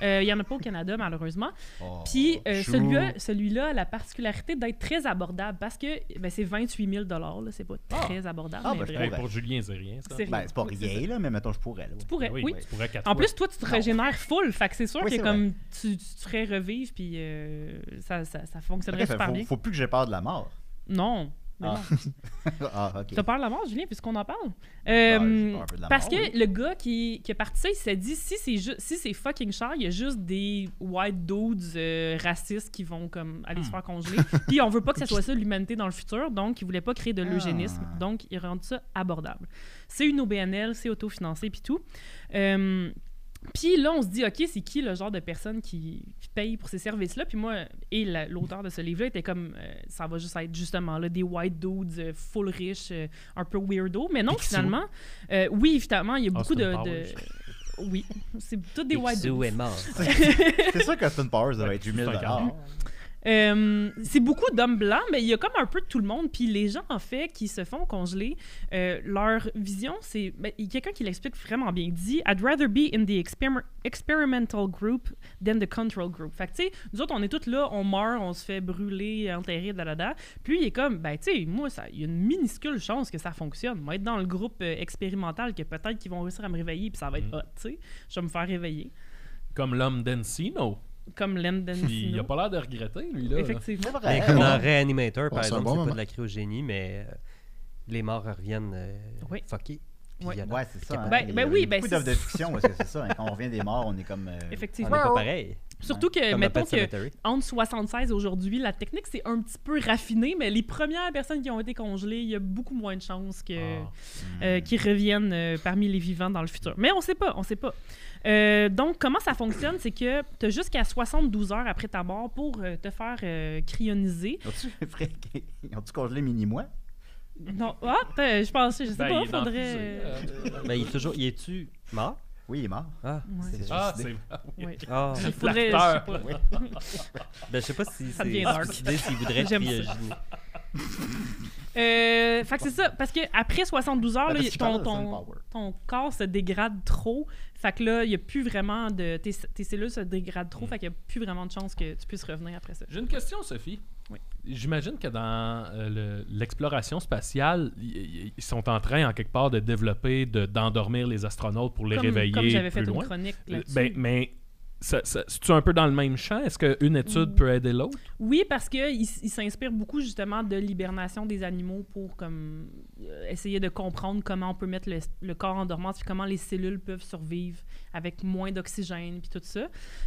Euh, il n'y en a pas au Canada, malheureusement. Oh, Puis euh, chou. celui-là celui-là a la particularité d'être très abordable parce que ben, c'est 28 000 là. C'est pas très abordable. Ah, mais ben, je bref. Hey, pour Julien, c'est rien, ça. Ben C'est- Ben, c'est pas Oui, c'est rien, Ben là, mais mettons, je pourrais. là, ouais. Tu pourrais, oui, oui. Tu pourrais quatre En fois. plus, toi, tu te régénères full. Fait que c'est sûr Oui, que c'est comme tu, tu te ferais revivre, puis euh, ça, ça, ça fonctionnerait Ok, fait- super faut, bien. faut plus que j'ai peur de la mort. Non. mais Ah. non. ah, ok. Ben, T'as peur de la mort, Julien, puisqu'on en parle? j'ai Euh, peur un peu de la parce mort, que oui. le gars qui, qui a parti ça, il s'est dit si c'est ju- si c'est fucking cher, il y a juste des white dudes euh, racistes qui vont comme aller Hmm. se faire congeler. Puis on veut pas que ça soit ça l'humanité dans le futur, donc il voulait pas créer de l'eugénisme. Ah. Donc il rend ça abordable. C'est une OBNL, c'est autofinancé, puis tout. Euh, puis là, on se dit, OK, c'est qui le genre de personne qui, qui paye pour ces services-là? Puis moi, et la- l'auteur de ce livre-là était comme, euh, ça va juste être justement là, des white dudes euh, full riches, euh, un peu weirdo. Mais non, Picsou. finalement, euh, oui, finalement, il y a beaucoup de, Austin de- Powers. Oui, c'est tous des white Picsou dudes. est mort. C'est sûr qu'Austin Powers va être 8000 C'est un cadre. Euh, c'est beaucoup d'hommes blancs, mais il y a comme un peu de tout le monde. Puis les gens, en fait, qui se font congeler, euh, leur vision, c'est. ben, Il y a quelqu'un qui l'explique vraiment bien. Il dit I'd rather be in the experim- experimental group than the control group. Fait que, tu sais, nous autres, on est tous là, on meurt, on se fait brûler, enterrer, da da da. Puis il est comme, ben, tu sais, moi, ça- il y a une minuscule chance que ça fonctionne. Moi, être dans le groupe euh, expérimental, que peut-être qu'ils vont réussir à me réveiller, puis ça va être Mm. hot, tu sais. Je vais me faire réveiller. Comme l'homme d'Encino. Comme Lem Puis il a Densino. pas l'air de regretter, lui, là. Effectivement. Mais vrai. comme dans Reanimator, par Passe un exemple, bon c'est moment. pas de la cryogénie, mais euh, les morts reviennent euh, Oui. fuckés. puis Oui. violents. Ouais, c'est ça. hein. Ben- Il y ben a oui, ben beaucoup c'est- d'œuvres de fiction, parce que c'est ça. hein. Quand on revient des morts, on est comme. euh, On n'est Effectivement. pas pareil. Surtout que, Comme dans Euh, mettons Pet que Cemetery. entre 76 et aujourd'hui, la technique, c'est un petit peu raffiné, mais les premières personnes qui ont été congelées, il y a beaucoup moins de chances que... Ah. hmm, euh, qui reviennent euh, parmi les vivants dans le futur. Mais on sait pas, on sait pas. Euh, donc, comment ça fonctionne? C'est que tu as jusqu'à 72 heures après ta mort pour euh, te faire euh, cryoniser. Ont-tu- Frédéric, Ils ont-tu congelé mini-moi? Non, hop, euh, je pensais, je sais Ben, pas, il est dans la faudrait... fusée, euh, euh. Ben, il est toujours. Il est-tu mort? Oui, il est mort. Ah. ouais, C'est Ah, suicidé. c'est ah, oui. ouais. Ah. Il faudrait... je sais L'acteur. pas. Ben, je sais pas si Ça c'est devient dark. suicidé s'il voudrait être J'aime ça. cryogénie. Euh, fait que c'est ça, parce que après 72 heures, Ben, Ah, là, parce que je ton, parle de Sun ton- Power. ton corps se dégrade trop. Fait que là, il n'y a plus vraiment de. Tes, tes cellules se dégradent Mm. trop, fait qu'il n'y a plus vraiment de chance que tu puisses revenir après ça. J'ai une question, Sophie. Oui. J'imagine que dans euh, le- l'exploration spatiale, y- y- ils sont en train, en quelque part, de développer, de- d'endormir les astronautes pour les comme, réveiller comme j'avais fait plus une loin. chronique Euh, là-dessus. Ben, mais ça, ça- c'est-tu un peu dans le même champ? Est-ce qu'une étude Mm. peut aider l'autre? Oui, parce qu'ils s'inspirent beaucoup justement de l'hibernation des animaux pour comme euh, essayer de comprendre comment on peut mettre le, le corps en dormance, puis comment les cellules peuvent survivre avec moins d'oxygène, puis tout ça.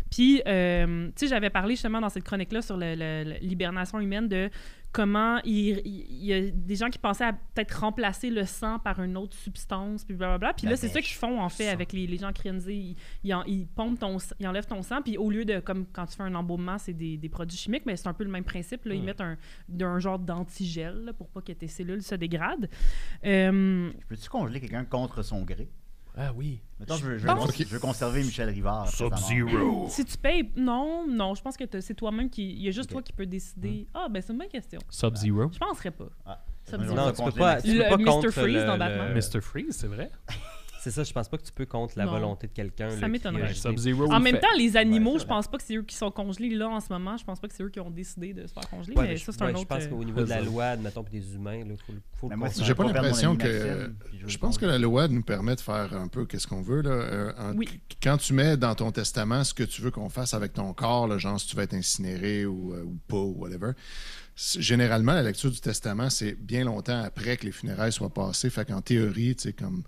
Puis, euh, tu sais, j'avais parlé justement dans cette chronique-là sur le- le- le- l'hibernation humaine de comment il, il- il y a des gens qui pensaient à peut-être remplacer le sang par une autre substance, puis blablabla. Puis La là, c'est ça pêche. qu'ils font, en fait, Sang. avec les, les gens cryonisés. Ils, ils, en- ils pompent ton, s- ils enlèvent ton sang, puis au lieu de, comme quand tu fais un embaumement, c'est des, des produits chimiques, mais c'est un peu le même principe. Là, Ils Hmm. mettent un, d'un genre d'antigel là, pour pas que tes cellules se dégradent. Euh, Je Peux-tu congeler quelqu'un contre son gré? Ah oui. Mettons, je veux, je veux pense- cons- je veux conserver Michel Rivard. après sa mort. si tu payes... Non, non, je pense que t'as- c'est toi-même qui... Il y a juste Ok. toi qui peux décider. Ah, ben c'est une bonne question. Sub-Zero. Je penserais pas. Ah. Ça me dit Ils ont Non, pas tu peux congelé pas, Max. tu peux Le pas Mr. contre Freeze le- dans le- Batman. Mr. Freeze, c'est vrai? C'est ça, je pense pas que tu peux contre la Non. volonté de quelqu'un. Ça là, qui m'étonnerait. a Ouais, jeté- Sub-Zero. En le même fait. temps, les animaux, Ouais, je c'est pense pas que c'est eux qui sont congelés là en ce moment. Je pense pas que c'est eux qui ont décidé de se faire congeler. Ouais, mais mais ça, je- c'est un ouais, autre. Je pense euh, qu'au niveau de la puzzle. loi, admettons, puis des humains, il faut, le- faut le Mais moi, si je concevoir. veux J'ai pas perdre mon l'impression ami que- Maxime, puis veux Je le pense que congeler. la loi nous permet de faire un peu qu'est-ce qu'on veut. Là. Euh, en- Oui. Quand tu mets dans ton testament ce que tu veux qu'on fasse avec ton corps, là, genre si tu vas être incinéré ou, euh, ou pas, ou whatever, c- généralement, la lecture du testament, c'est bien longtemps après que les funérailles soient passées. Fait qu'en théorie, tu sais, comme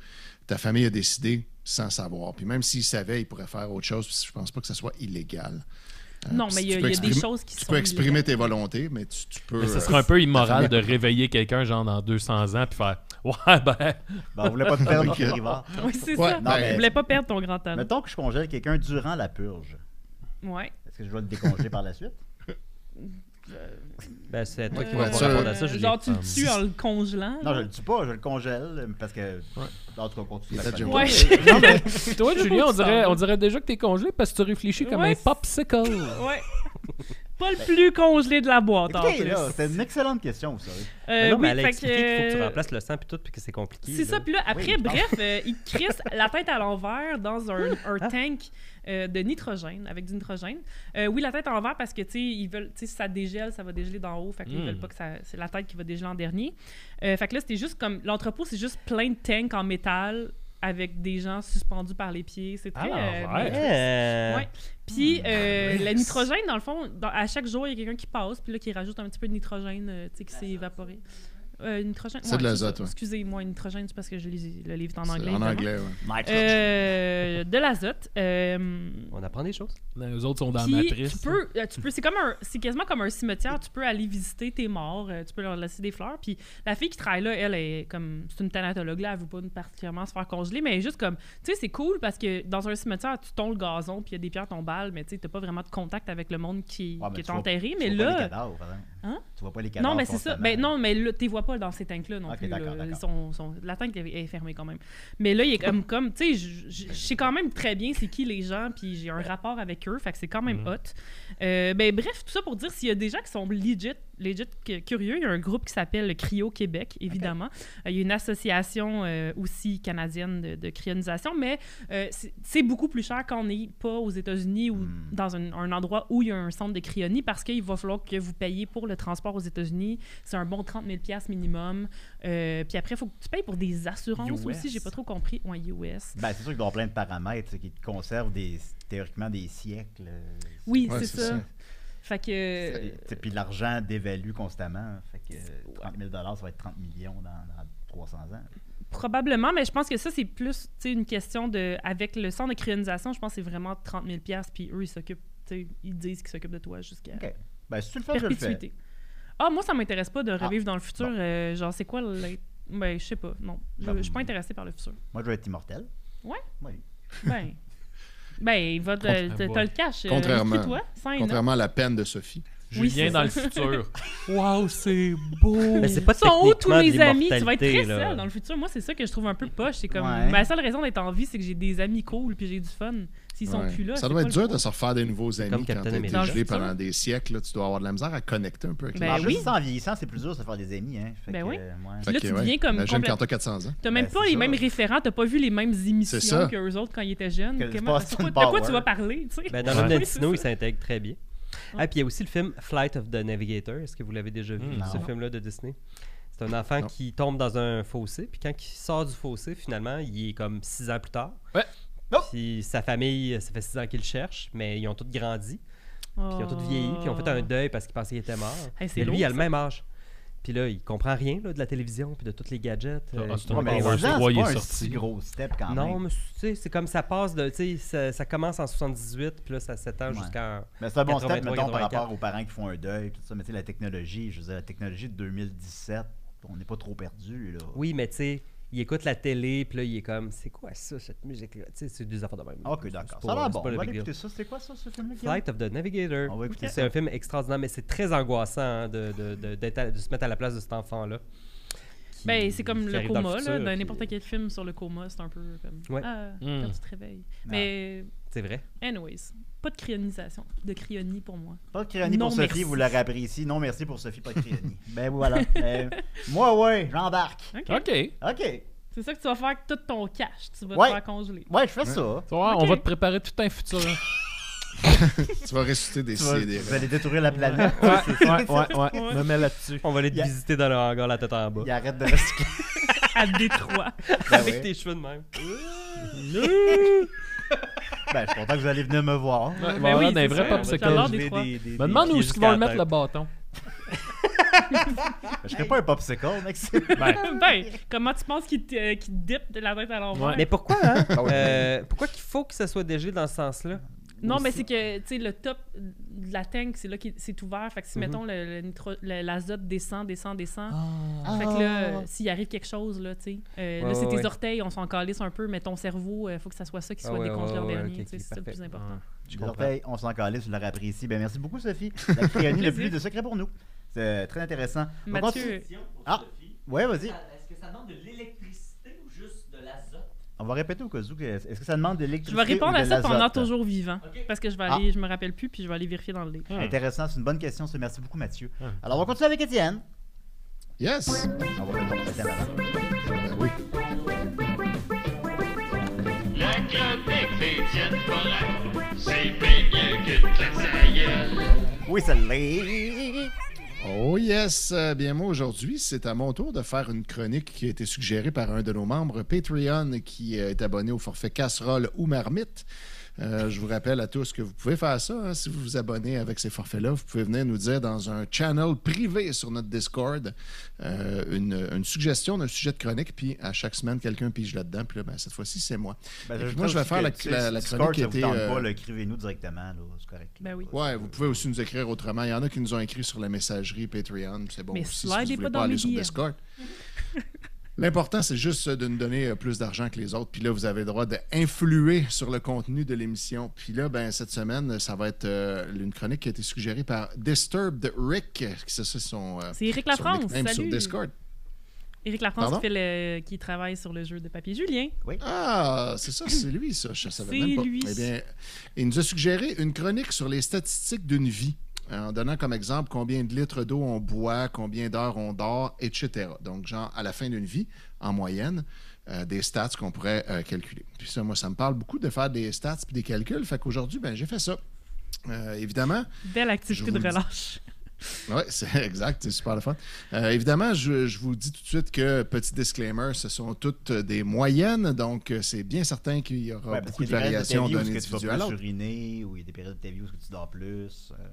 ta famille a décidé sans savoir. Puis même s'ils savaient, ils pourraient faire autre chose. Puis je pense pas que ce soit illégal. Euh, Non, puis mais tu il y a, peux il y a des exprimer- choses qui Tu sont. peux exprimer illégales. tes volontés, mais tu, tu peux. Mais ce euh, serait un peu immoral famille- de réveiller quelqu'un, genre, dans 200 ans, puis faire « Ouais, ben... Ben, on voulait pas te perdre Michel Rivard. Oui, c'est Ouais, ça. non, Je mais- voulais pas perdre ton grand talent. Mettons que je congèle quelqu'un durant la purge. Ouais. Est-ce que je dois le décongeler par la suite? Ben, c'est toi qui Euh, vas pouvoir répondre à ça, euh, Julien. genre, tu le tues en le congelant. Non, je là. le tue pas, je le congèle parce que. Ouais. En tout cas, continue. Il est la fait, chronique. Ouais. Non, mais toi, Je sais Julien, pas où on tu dirait, t'en vas. on dirait déjà que t'es congelé parce que tu réfléchis comme Ouais, un popsicle. ouais. Pas le plus congelé de la boîte, en Écoutez, plus. là, c'est une excellente question, vous savez. Euh, Mais non, Ben mais oui, elle a fait expliqué qu'il faut que tu euh, remplaces le sang puis tout, puis que c'est compliqué. C'est ça, là. puis là, après, Oui, je pense. bref, euh, il crisse la tête à l'envers dans un, un Ah. tank euh, de nitrogène, avec du nitrogène. Euh, oui, la tête à l'envers parce que, tu sais, ils veulent, tu sais, si ça dégèle, ça va dégeler d'en haut, fait qu'ils Mm. Hmm. veulent pas que ça, c'est la tête qui va dégeler en dernier. Euh, fait que là, c'était juste comme, l'entrepôt, c'est juste plein de tanks en métal avec des gens suspendus par les pieds. C'est À très... Ah, l'envers. maîtrisé. Euh, Ouais. Puis Oh, euh, Yes. le nitrogène, dans le fond, dans- à chaque jour, il y a quelqu'un qui passe, puis là, qui rajoute un petit peu de nitrogène euh, tu sais, qui s'est évaporé. Euh, nitrogène, C'est de ouais, l'azote, ça. ouais. Excusez-moi, nitrogène, c'est parce que je lis le livre est en c'est- anglais. évidemment. En anglais, ouais. Euh, de l'azote. euh, On apprend des choses. Les Ben, autres sont dans puis la matrice. tu peux, euh, tu peux, c'est comme un, c'est quasiment comme un cimetière. Tu peux aller visiter tes morts, euh, tu peux leur laisser des fleurs. Puis la fille qui travaille là, elle est comme, c'est une thanatologue là, elle veut pas particulièrement se faire congeler, mais elle est juste comme, tu sais, c'est cool parce que dans un cimetière, tu tombes le gazon, puis il y a des pierres tombales, mais tu sais, t'as pas vraiment de contact avec le monde qui, Ouais, mais qui est tu vois- enterré. tu Mais vois pas là, les cadavres, par exemple. Hein? Tu vois pas les cadavres. non, mais c'est ça. Ben, non, mais là, tu vois pas dans ces tanks-là non Ok, plus. là. d'accord, Ils d'accord. sont, sont- La tank est est fermée quand même. Mais là, il est comme. comme tu sais, je- je je sais quand même très bien c'est qui les gens, puis j'ai un rapport avec eux, fait que c'est quand même Mhm. hot. Euh, ben, bref, tout ça pour dire s'il y a des gens qui sont legit legit cu- curieux. Il y a un groupe qui s'appelle le Cryo Québec, évidemment. Euh, il y a une association euh, aussi canadienne de, de cryonisation, mais euh, c'est- c'est beaucoup plus cher quand on n'est pas aux États-Unis ou Hmm. dans un, un endroit où il y a un centre de cryonie parce qu'il va falloir que vous payiez pour le transport aux États-Unis. C'est un bon 30 000 minimum. Euh, puis après, il faut que tu payes pour des assurances US. aussi. J'ai pas trop compris. Ouais, US. Ben, c'est sûr qu'il doit y avoir plein de paramètres qui te conservent des, théoriquement des siècles. euh, Oui, euh, Ouais, c'est c'est ça. ça. Fait que. Et- t'sais, Puis l'argent dévalue constamment. Fait que euh, 30 000 ça va être 30 millions dans, dans 300 ans. Probablement, mais je pense que ça, c'est plus tu sais, une question de. Avec le centre de cryonisation, je pense que c'est vraiment 30 000 puis eux, ils s'occupent. tu sais, Ils disent qu'ils s'occupent de toi jusqu'à Ok. Ben, si tu le fais, je le fais. perpétuité. Ah, moi, ça m'intéresse pas de Ah, revivre dans le futur. bon. euh, genre, c'est quoi le. Ben, je sais pas. Non. Je, Ben, je suis pas intéressée par le futur. Moi, je veux être immortel. Ouais. Oui. Ben. ben, il va. te- Contra- te- T'as le cash. euh, Contrairement- c'est toi, sain, hein? Contrairement à la peine de Sophie. Oui, Julien c'est dans le ça. futur. Waouh, c'est beau! Mais c'est pas Ils sont où tous techniquement de mes amis? Tu vas être très l'immortalité, là. seul dans le futur. Moi, c'est ça que je trouve un peu poche. C'est comme Ouais. ma seule raison d'être en vie, c'est que j'ai des amis cool puis j'ai du fun. S'ils sont Ouais. plus là, ça c'est doit pas être le dur fun. de se refaire des nouveaux amis comme quand Captain t'as America. été gelé Dans le pendant des siècles. là, tu dois avoir de la misère à connecter un peu avec Ben les en gens. plus, oui. en vieillissant, c'est plus dur de se faire des amis. Hein. Fait Ben que, oui. euh, ouais. Fait Là, que, tu deviens comme Imagine complète- quand t'as 400 ans. T'as même Ben, pas c'est les ça. mêmes référents, t'as pas vu les mêmes émissions ça. que eux autres quand ils étaient jeunes. Que le Comment- Austin sur quoi- de quoi Power. tu vas parler, tu sais? Ben, dans le Ouais. film Oui, c'est d'Antino, il s'intègre très bien. Ouais. Ah, puis il y a aussi le film Flight of the Navigator. Est-ce que vous l'avez déjà vu, Mm, ce non. film-là de Disney? C'est un enfant Non. qui tombe dans un fossé, puis quand il sort du fossé, finalement, il est comme six ans plus tard. Ouais. Nope. Puis sa famille, ça fait six ans qu'ils le cherchent, mais ils ont tous grandi, puis ils ont tous vieilli, puis ils ont fait un deuil parce qu'ils pensaient qu'il était mort. Oh. Hey, c'est Et lui, lourd, il a le ça. même âge. Puis là, il comprend rien là, de la télévision, puis de tous les gadgets. Ah, euh, Austin Ouais, qu'il mais peut Powers. avoir. 10 ans, Roy c'est est pas un sorti. si gros step quand non, même. mais tu sais, c'est comme ça passe de. Tu sais, ça, ça commence en 78, puis là, ça s'étend Ouais. jusqu'en. Mais c'est un bon step, 83, mettons, par 84. rapport aux parents qui font un deuil. Tout ça. Mais tu sais, la technologie, je veux dire, la technologie de 2017, on n'est pas trop perdu. Là. Oui, mais tu sais, il écoute la télé, puis là, il est comme, c'est quoi ça, cette musique-là? Tu sais, c'est des affaires de même. Ah, Ok, C'est d'accord. pas- Ça a l'air c'est bon. pas On le va big aller deal. écouter ça. C'était quoi ça, ce film-là? Guillaume? Flight of the Navigator. On va écouter C'est ça. un film extraordinaire, mais c'est très angoissant hein, de, de, de, d'être à- de se mettre à la place de cet enfant-là. qui- Ben, c'est qui comme le arrive dans coma, futur, là. Dans puis- n'importe quel film sur le coma, c'est un peu comme. Ouais. Ah, Hmm. quand tu te réveilles. Ah. Mais, C'est vrai. anyways, pas de cryonisation. De cryonie pour moi. Pas de cryonie Non, pour Sophie, merci. vous l'aurez apprécié. Non, merci pour Sophie, pas de cryonie. ben voilà. Euh, moi, ouais, j'embarque. OK. Ok. Tu OK. C'est ça que tu vas faire avec tout ton cash. Tu vas Ouais. te faire congeler. Ouais, je fais ça. vas voir, Ok. on va te préparer tout un futur. hein. Tu vas ressusciter des Tu vas- CD. vous allez détruire la planète. Ouais, ouais, ouais, ouais. Me mets là-dessus. On va aller te Yeah. visiter dans le hangar, la tête en bas. Il arrête de recycler. À Détroit. Ben, Avec ouais. tes cheveux de même. Ben, je suis content que vous allez venir me voir. Ouais, Ben voilà, oui, dans les c'est vrais ça. popsicles. J'adore Je des trois. me demande où pieds est-ce qu'ils vont le jusqu'à la mettre le tête. bâton. Je serais pas un popsicle, mec. c'est- Ben, ben, comment tu penses qu'il te, euh, qu'il te dippe de la tête à l'envers? Ouais. Mais pourquoi, hein? Ah ouais. Euh, pourquoi qu'il faut que ça soit dégelé dans ce sens-là? Non, Aussi. mais c'est que, tu sais, le top de la tank, c'est là que c'est ouvert. Fait que si, Mhm. mettons, le- le nitro- le- l'azote descend, descend, descend. Ah. Fait que là, euh, s'il arrive quelque chose, là, tu sais, euh, Ouais, là, c'est ouais, tes ouais. orteils, on s'en calisse un peu, mais ton cerveau, il faut que ça soit ça qui Ah soit ouais, décongelé ouais, en ouais, dernier, ok, tu sais, ok, c'est ça le parfait. plus Ah. important. Je Les comprends. orteils, on s'en calisse, vous l'aurez apprécié. Ben, merci beaucoup, Sophie. La cryonie, le Plaisir. plus de secret pour nous. C'est euh, très intéressant. On Mathieu, continue. Ah, ouais, vas-y. Est-ce que ça demande de l'électricité ou juste de l'azote? On va répéter au cas où. que- Est-ce que ça demande de l'électricité je vais répondre ou à de ça pendant l'azote? toujours vivant. Ok. Parce que je vais Ah. aller, je me rappelle plus, puis je vais aller vérifier dans le livre. Hmm. Intéressant, c'est une bonne question. ça. Merci beaucoup, Mathieu. Ah. Hum. Alors, on va continuer avec Étienne. Yes! On va répondre à Étienne avant. La chronique des Diane Forain, c'est bien mieux que de claque sa gueule. Oui, ça l'est. Oh yes! Euh, Bien moi, aujourd'hui, c'est à mon tour de faire une chronique qui a été suggérée par un de nos membres Patreon qui euh, est abonné au forfait casserole ou marmite. Euh, je vous rappelle à tous que vous pouvez faire ça. hein. si vous vous abonnez avec ces forfaits-là, vous pouvez venir nous dire dans un channel privé sur notre Discord euh, une, une suggestion d'un sujet de chronique. Puis à chaque semaine, quelqu'un pige là-dedans. Puis là, ben, cette fois-ci, c'est moi. Ben, Fait que j'ajouterais moi, je vais aussi faire que, la- tu sais, la- la si chronique Discord, ça était, vous tente euh, pas, là, écrivez-nous directement, là, c'est correct. là. Ben oui. Ouais, vous pouvez aussi nous écrire autrement. Il y en a qui nous ont écrit sur la messagerie Patreon. puis C'est bon Mais aussi si vous slidez pas voulez pas, dans mes aller sur DM. Discord. L'important, c'est juste euh, de nous donner euh, plus d'argent que les autres. Puis là, vous avez le droit d'influer sur le contenu de l'émission. Puis là, ben, cette semaine, ça va être euh, une chronique qui a été suggérée par Disturbed Rick. euh, C'est ça son, euh, C'est Éric Lafrance, son nickname sur salut! Discord. Éric Lafrance Pardon? qui, fait le- qui travaille sur le jeu de papier Julien. Ah, c'est ça, c'est lui, ça. Je savais C'est même pas. lui. Eh bien, il nous a suggéré une chronique sur les statistiques d'une vie. en donnant comme exemple combien de litres d'eau on boit, combien d'heures on dort, etc. Donc, genre, à la fin d'une vie, en moyenne, euh, des stats qu'on pourrait euh, calculer. Puis ça, moi, ça me parle beaucoup de faire des stats puis des calculs. Fait qu'aujourd'hui, ben, j'ai fait ça. Euh, évidemment, Belle Je activité vous de le dis. relâche. oui, c'est exact, c'est super le fun. Euh, évidemment, je, je vous dis tout de suite que, petit disclaimer, ce sont toutes euh, des moyennes, donc euh, c'est bien certain qu'il y aura Ouais, parce beaucoup qu'il de y a des périodes de ta variations vie où d'un est-ce que tu individu vas à plus l'autre. uriner, ou il y a des périodes de ta vie où est-ce que tu dors plus. euh.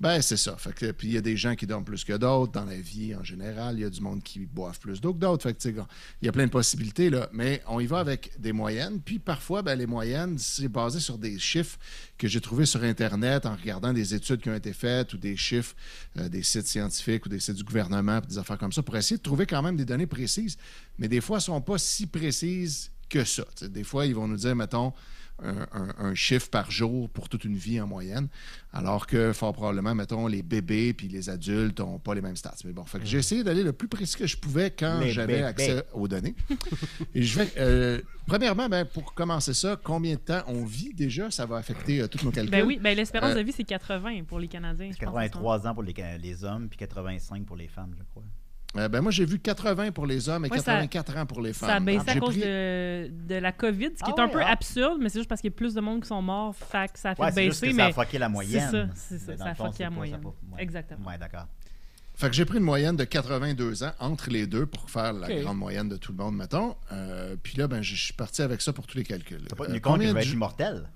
Ben, c'est ça. Fait que, puis il y a des gens qui dorment plus que d'autres dans la vie en général. Il y a du monde qui boivent plus d'eau que d'autres. Fait que, tu sais, il y a plein de possibilités, là. Mais on y va avec des moyennes. Puis parfois, ben, les moyennes, c'est basé sur des chiffres que j'ai trouvés sur Internet en regardant des études qui ont été faites ou des chiffres euh, des sites scientifiques ou des sites du gouvernement, puis des affaires comme ça, pour essayer de trouver quand même des données précises. Mais des fois, elles ne sont pas si précises que ça. Tu sais, des fois, ils vont nous dire, mettons, un, un- un chiffre par jour pour toute une vie en moyenne, alors que fort probablement, mettons, les bébés puis les adultes n'ont pas les mêmes stats. Mais bon, fait que j'ai essayé d'aller le plus précis que je pouvais quand Les j'avais bébés. accès aux données. Et je vais, euh, premièrement, ben, pour commencer ça, combien de temps on vit déjà, ça va affecter euh, tous nos calculs. Ben oui, ben l'espérance Euh, de vie, c'est 80 pour les Canadiens. je C'est pense, en ce moment. 83 ans pour les, ca- les hommes, puis 85 pour les femmes, je crois. Euh, ben moi, j'ai vu 80 pour les hommes et Ouais, ça- 84 ans pour les femmes. Ça a baissé Donc, à j'ai cause pris- de, de la COVID, ce qui Ah est un ouais, peu ah. absurde, mais c'est juste parce qu'il y a plus de monde qui sont morts, fait que ça a fait Ouais, c'est juste baisser. que ça a mais fucké la moyenne. ça, c'est ça, Mais ça dans le a fond, fucké c'est la pas- ça moyenne. a pas- ouais. Exactement. Ouais, d'accord. Fait que j'ai pris une moyenne de 82 ans entre les deux pour faire la Ok. grande moyenne de tout le monde, mettons. Euh, puis là, ben, je je suis parti avec ça pour tous les calculs. T'as pas Euh, tenu compte que combien, je de vais être ju- immortel?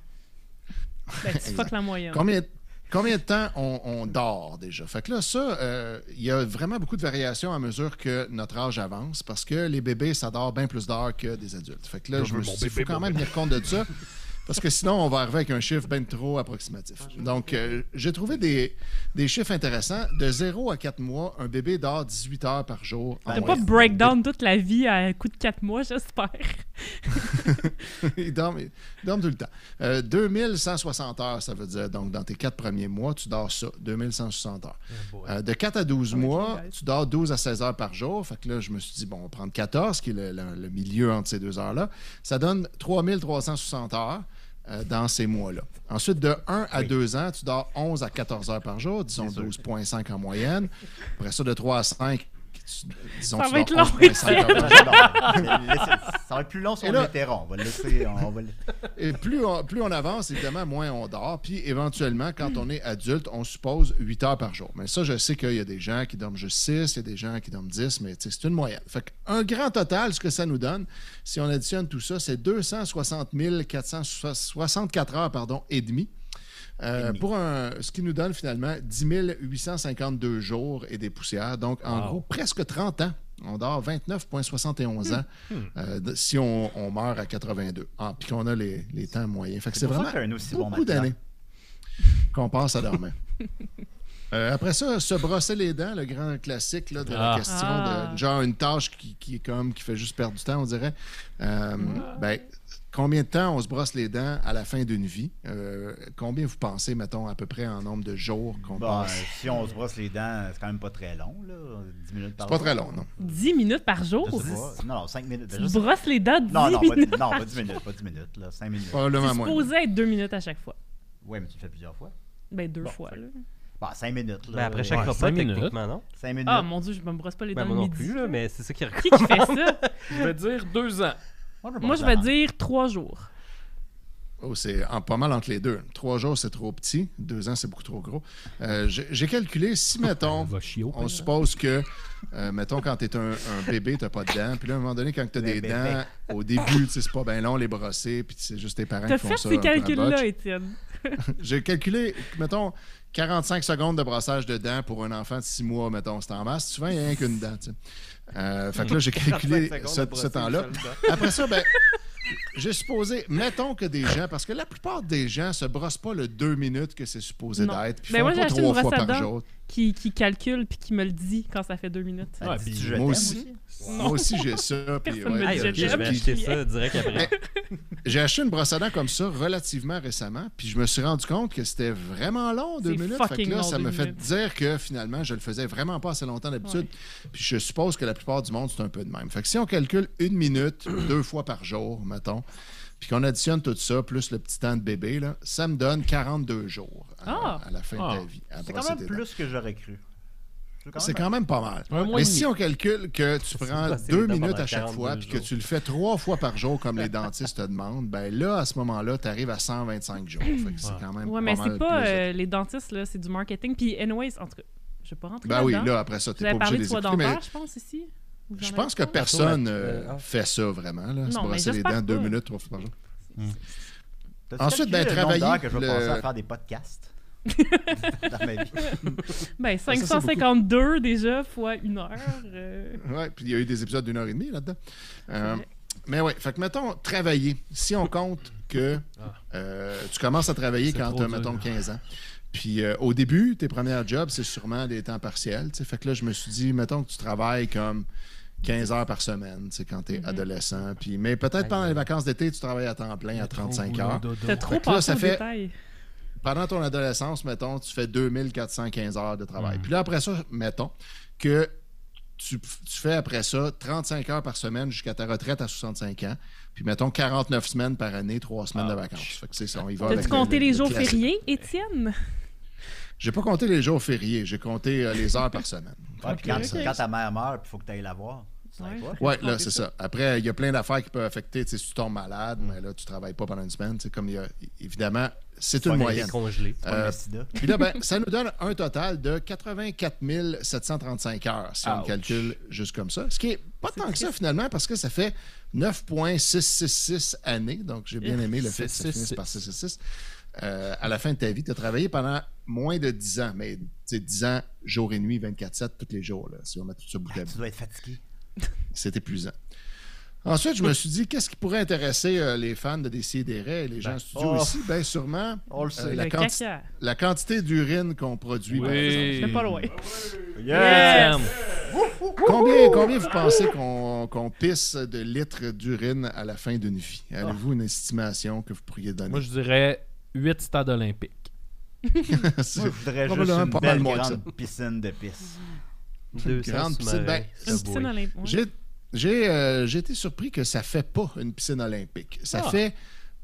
Ben, tu fuck la moyenne. combien, combien de temps on, on dort déjà? Fait que là, ça, euh, il y a vraiment beaucoup de variations à mesure que notre âge avance parce que les bébés, ça dort bien plus d'heures que des adultes. Fait que là, Je je veux me mon suis dit, faut bébé, quand mon même tenir compte de ça. Parce que sinon, on va arriver avec un chiffre bien trop approximatif. Donc, euh, j'ai trouvé des, des chiffres intéressants. De 0 à 4 mois, un bébé dort 18 heures par jour. en T'as pas moyenne. breakdown toute la vie à un coup de 4 mois, j'espère. ils, dorment, ils dorment tout le temps. Euh, 2160 heures, ça veut dire, donc dans tes quatre premiers mois, tu dors ça, 2160 heures. Euh, de 4 à 12 Ouais, mois, guys. tu dors 12 à 16 heures par jour. Fait que là, je me suis dit, bon, on va prendre 14, qui est le, le- le milieu entre ces deux heures-là. Ça donne 3360 heures. euh, dans ces mois-là. Ensuite, de 1 à 2 ans, tu dors 11 à 14 heures par jour, disons 12,5 en moyenne. Après ça, de 3 à 5, tu- disons Ça tu va être dors long, 11,5 Ah, heures par jour. ça va être plus long si Et on là- l'interrompt. On va le laisser. On va le- Et plus on, plus on avance, évidemment, moins on dort. Puis éventuellement, quand on est adulte, on suppose 8 heures par jour. Mais ça, je sais qu'il y a des gens qui dorment juste 6, il y a des gens qui dorment 10, mais tu sais, c'est une moyenne. Fait un grand total, ce que ça nous donne, si on additionne tout ça, c'est 260 464 heures pardon, et demi. Euh, Et demi. pour un, ce qui nous donne finalement 10 852 jours et des poussières. Donc, en Wow. gros, presque 30 ans. On dort 29,71 ans euh, de- si on, on meurt à 82. Ah, puis qu'on a les, les temps moyens. Fait que c'est pour ça vraiment que t'as un aussi bon beaucoup matelas. d'années qu'on passe à dormir. Euh, après ça, se brosser les dents, le grand classique là, de la Ah. question, Ah. de, genre une tâche qui, qui est comme qui fait juste perdre du temps, on dirait. Euh, ben, combien de temps on se brosse les dents à la fin d'une vie? Euh, combien vous pensez, mettons, à peu près en nombre de jours qu'on Bon, euh, passe? si on se brosse les dents, c'est quand même pas très long. Là. 10 minutes par C'est pas jour. très long, non? 10 minutes par jour. Je sais pas. Non, non, 5 minutes. Tu Je sais- brosses les dents 10 Non, non, pas, minutes. non, pas 10 minutes. Pas 10 minutes. Là. 5 minutes. Probablement C'est moins. supposé être 2 minutes à chaque fois. Ouais, mais tu le fais plusieurs fois. Ben, deux Bon, fois. fait- là. Bon, 5 minutes. Là. Ben, après chaque Ouais, repas, cinq minutes. techniquement, non? 5 minutes. Ah, mon Dieu, je me brosse pas les Ben, dents le moi non midi. plus, là, mais c'est ça qui Qui qui fait ça? Je vais dire deux ans. Moi, je ben, vais dire 3 jours. Oh, c'est en- pas mal entre les deux. Trois jours, c'est trop petit. Deux ans, c'est beaucoup trop gros. Euh, j'ai j'ai calculé, si, mettons, va chier au on suppose que, euh, mettons, quand t'es un, un bébé, t'as pas de dents. Puis là, à un moment donné, quand t'as Le des bébé. dents, au début, tu sais, c'est pas bien long, les brosser. Puis c'est juste tes parents T'as qui fait ben, font ça. ces un peu à botch. calculs-là, Étienne. J'ai calculé, mettons, 45 secondes de brassage de dents pour un enfant de 6 mois, mettons, c'est en masse. Souvent, il n'y a rien qu'une dent. tu sais. Euh, fait que là, j'ai calculé 45 ce, secondes de ce temps-là. brosser une seule Après ça, ben, j'ai supposé, mettons que des gens, parce que la plupart des gens se brossent pas le 2 minutes que c'est supposé Non. d'être, puis Ben, font moi, j'ai pas acheté trois une fois brosse à par dents. jour. Qui, qui calcule puis qui me le dit quand ça fait 2 minutes. Ouais, puis Dis-tu, je moi t'aime aussi. aussi. Moi aussi, j'ai ça. puis Personne ouais. me Ah, dit ok, je je t'aime. vais acheter ça direct après. J'ai acheté une brosse à dents comme ça relativement récemment, puis je me suis rendu compte que c'était vraiment long, deux C'est minutes. Fait fucking que là, long, ça deux me fait minutes. dire que finalement, je le faisais vraiment pas assez longtemps d'habitude. Puis je suppose que la plupart du monde, c'est un peu de même. Fait que si on calcule une minute, deux fois par jour, mettons, puis qu'on additionne tout ça, plus le petit temps de bébé, là, ça me donne 42 jours à, Ah! à la fin Ah. de ta vie. à C'est brosser quand tes même dents. plus que j'aurais cru. C'est quand même pas mal. Ouais, moi, Mais il- si on calcule que tu prends pas, c'est deux évident, minutes pendant à chaque 42 fois puis que jours. tu le fais trois fois par jour comme les dentistes te demandent, ben là, à ce moment-là, tu arrives à 125 jours. Fait que c'est quand même Ouais, pas mais mal c'est pas plus de- euh, les dentistes, là, c'est du marketing. Puis, anyways, en tout cas, je vais pas rentrer Ben oui, là-dedans. là, après ça, Vous t'es avez pas obligé parlé de de les soins écouter, mais dentaires, je pense, ici? Vous je en pense que avez pas? personne Euh, euh, ah. fait ça vraiment, là, se Non, mais brosser les j'espère dents deux pas. minutes, trois fois par jour. Ensuite, Ensuite, ben, d'être travaillé. travailler, que je vais le- passer à faire des podcasts dans ma vie. Ben, c'est 552 déjà, fois une heure. euh, Ouais, puis il y a eu des épisodes d'une heure et demie là-dedans. Euh, mais ouais, fait que mettons, travailler. Si on compte que euh, tu commences à travailler C'est quand trop tu as, dur. mettons, 15 ans. Puis euh, au début, tes premiers jobs, c'est sûrement des temps partiels. tu sais. Fait que là, je me suis dit, mettons que tu travailles comme 15 heures par semaine, tu sais, quand tu es adolescent. Puis, mais peut-être pendant les vacances d'été, tu travailles à temps plein à 35 heures. T'as trop Fait que là, pensé ça au fait- Ah, détail. pendant ton adolescence, mettons, tu fais 2415 heures de travail. Puis là, après ça, mettons que tu, tu fais après ça 35 heures par semaine jusqu'à ta retraite à 65 ans. Puis mettons 49 semaines par année, 3 semaines de vacances. Fait que c'est ça, on y va avec T'as-tu ben, le- compté le- les le jours classique. fériés, Étienne? J'ai pas compté les jours fériés, j'ai compté euh, les heures par semaine. Ouais, puis quand, Ok. quand ta mère meurt, il faut que tu ailles la voir. Tu travailles Ouais. pas. Ouais, là, c'est ça. Après, il y a plein d'affaires qui peuvent affecter. Tu sais, si tu tombes malade, mais là, tu travailles pas pendant une semaine. Tu sais, comme il y a, évidemment, c'est une moyenne. congelé. C'est pas Euh, le sida. Puis là, ben, ça nous donne un total de 84 735 heures, si on le Ouch. calcule juste comme ça. Ce qui est pas tant que ça, finalement, parce que ça fait 9,666 années. Donc, j'ai bien aimé le fait que ça finisse par 666. Euh, à la fin de ta vie, tu as travaillé pendant moins de 10 ans, mais tu sais, 10 ans, jour et nuit, 24-7, tous les jours, là, si on met tout ça bout à bout. Tu dois être fatigué. C'est épuisant. Ensuite, je me suis dit, qu'est-ce qui pourrait intéresser euh, les fans de Décideret et les gens en studio oh. ici? Bien, sûrement, euh, On le sait. la, Le quanti- caca. la quantité d'urine qu'on produit. par exemple. Oui. J'étais pas loin. Yes! Combien, combien vous pensez qu'on qu'on pisse de litres d'urine à la fin d'une vie? Avez-vous une estimation que vous pourriez donner? Moi, je dirais 8 stades olympiques. C'est Moi, je voudrais juste probablement une pas mal belle moins que grande piscine de pisse. une grande piscine. Ben, Une piscine dans les- ouais. J'ai j'ai, euh, j'ai été surpris que ça fait pas une piscine olympique. Ça Ah. fait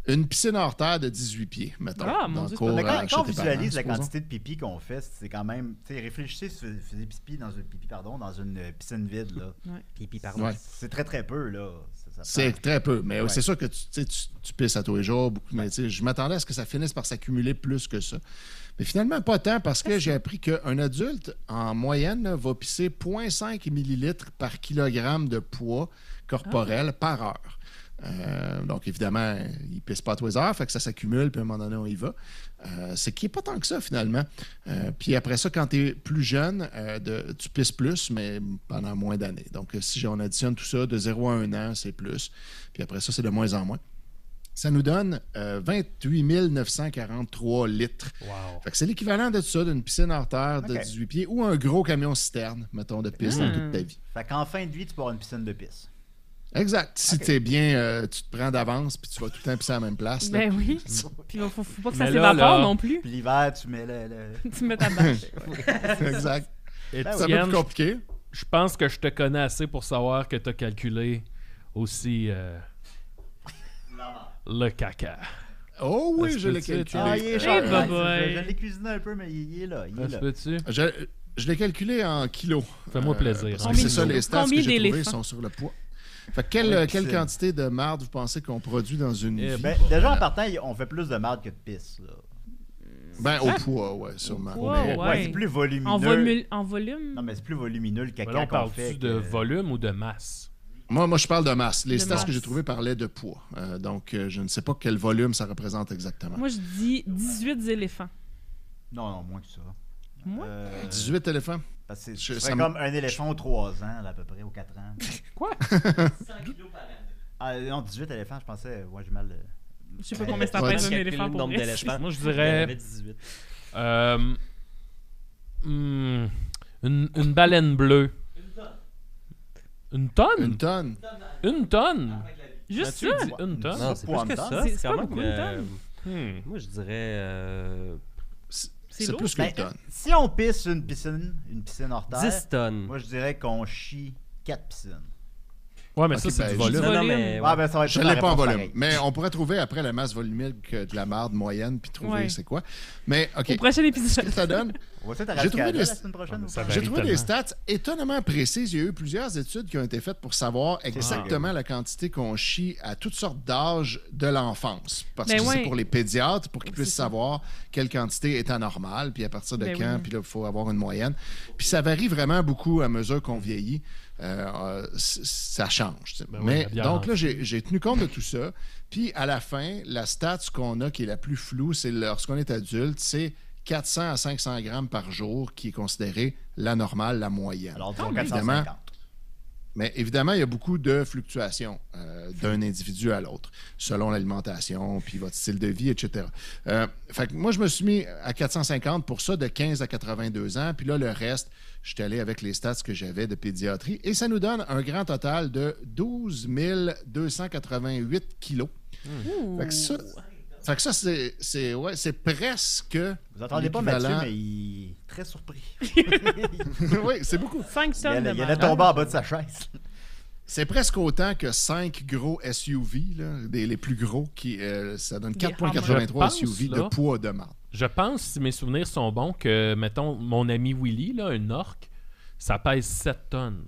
une piscine hors terre de 18 pieds, mettons. Ah, mon dans le Dieu, cours, Mais euh, quand, chez quand on tes parents, visualise la supposons. quantité de pipi qu'on fait, c'est quand même. Tu sais, réfléchissez si vous faisiez pipi dans une pipi, pardon, dans une euh, piscine vide là. Pipi, pardon. Ouais. C'est très très peu là. Ça- ça C'est prend- très peu, mais Ouais. c'est sûr que tu, tu sais, tu- tu pisses à tous les jours. beaucoup, mais tu sais, je m'attendais à ce que ça finisse par s'accumuler plus que ça. Mais finalement, pas tant, parce que j'ai appris qu'un adulte, en moyenne, là, va pisser 0,5 millilitres par kilogramme de poids corporel par heure. Euh, donc, évidemment, il pisse pas à tous les heures, fait que ça s'accumule, puis à un moment donné, on y va. Euh, ce qui est pas tant que ça, finalement. Euh, puis après ça, quand tu es plus jeune, euh, de- tu pisses plus, mais pendant moins d'années. Donc, euh, si on additionne tout ça, de 0 à 1 an, c'est plus. Puis après ça, c'est de moins en moins. Ça nous donne euh, 28 943 litres. Fait que c'est l'équivalent de ça, d'une piscine hors terre de Ok. 18 pieds ou un gros camion citerne, mettons, de piste dans toute ta Hmm. vie. Fait qu'en fin de vie, tu peux avoir une piscine de pisse. Exact. Si t'es bien, euh, tu te prends d'avance puis tu vas tout le temps pisser à la même place. là. Ben oui. Puis il faut, faut pas que ça Mais là, là- s'évapore non plus. Puis l'hiver, tu mets le. le- Tu mets ta bâche. exact. Ah Ben C'est un peu Étienne, plus compliqué. je pense que je te connais assez pour savoir que t'as calculé aussi euh, le caca. Oh Ça oui, se je l'ai peut-tu, calculé. Euh, Ah, il est cher, cher. boy. Je, je l'ai cuisiné un peu, mais il, il est là. Il est Ah, Ça là. se peut-tu? Je, je l'ai calculé en kilos. Euh, Fais-moi plaisir, parce en que C'est kilos. ça, les stats que Combien j'ai trouvés d'éléphants? sont sur le poids. Fait que quelle, euh, Oui, quelle c'est- quantité de marde vous pensez qu'on produit dans une Eh vie? Ben, déjà en partant, il- on fait plus de marde que de pisse. Là. Ben, au poids, ouais, sûrement. Hein? poids, Mais- Ouais. Ouais, c'est plus volumineux. En, volu- en volume. Non, mais c'est plus volumineux le Mais là, caca on qu'on parle-tu fait. euh, de que- volume ou de masse? Moi, moi, je parle de masse. Les De stats masse. que j'ai trouvées parlaient de poids. Euh, donc, euh, je ne sais pas quel volume ça représente exactement. Moi, je dis 18 éléphants. Non, non, moins que ça. Moi? Euh, 18 éléphants. parce que c'est ce Je- ça serait me- comme un éléphant aux 3 ans, là, à peu près, aux 4 ans. Quoi? Ah, non, 18 éléphants, je pensais. euh, Ouais, j'ai mal. de- Je sais pas combien ça Ouais, pèse tu un calcules éléphant le pour nombre vrai. d'éléphants. Moi, je Il y en dirais avait 18. euh, hmm, une, une baleine bleue. Une tonne. Une Une tonne? tonne. Une tonne? Juste Mathieu ça? dit une tonne. Non, c'est pas en plus que même temps. ça. C'est- C'est c'est quand pas même. beaucoup une euh, tonne. Hmm. Moi, je dirais. euh, C'est C'est lourd. plus qu'une Ben, tonne. si on pisse une piscine, une piscine hors terre, 10 tonnes. moi je dirais qu'on chie 4 piscines. Ouais, mais Ok, ça, c'est ben, je du dis- volume. non, non, volume. mais. Eh ouais. Ah, ben, ça va être Je ça la l'ai pas en réponse volume. pareille. Mais on pourrait trouver après la masse volumique euh, de la marde moyenne puis trouver Ouais. c'est quoi. Mais OK. Au prochain Ce épisode. que ça donne, On va peut-être J'ai arrêter trouvé à des- la semaine prochaine. Ah, ou ça pas? va. J'ai Varie trouvé des tellement. stats étonnamment précises. Il y a eu plusieurs études qui ont été faites pour savoir Ah, exactement la quantité qu'on chie à toutes sortes d'âges de l'enfance. Parce Ben que c'est ouais. Ben, pour les pédiatres, pour qu'ils C'est puissent ça. savoir quelle quantité est anormale, puis à partir de Ben quand, oui. puis là, il faut avoir une moyenne. Puis ça varie vraiment beaucoup à mesure qu'on vieillit. Euh, euh, c- ça change. tu sais. Ben oui, Mais la violence. donc là, j'ai j'ai tenu compte de tout ça. Puis à la fin, la stat qu'on a qui est la plus floue, c'est lorsqu'on est adulte, c'est 400 à 500 grammes par jour qui est considérée la normale, la moyenne. Alors, disons mais- 450. Mais évidemment, il y a beaucoup de fluctuations euh, d'un individu à l'autre, selon l'alimentation, puis votre style de vie, etc. Euh, fait que moi, je me suis mis à 450 pour ça de 15 à 82 ans, puis là, le reste, je suis allé avec les stats que j'avais de pédiatrie, et ça nous donne un grand total de 12 288 kilos. Fait que ça, fait que ça, c'est- c'est ouais, c'est presque... Vous entendez pas Mathieu, l'équivalent- mais il est très surpris. oui, c'est beaucoup. 5 Il tonnes allait, de il allait marde. tomber en bas de sa chaise. C'est presque autant que 5 gros SUV, là, des, les plus gros, qui euh, ça donne Des 4,83 Hummers. Je SUV pense, là- de poids de marde. Je pense, si mes souvenirs sont bons, que, mettons, mon ami Willy, là, une orque, ça pèse 7 tonnes.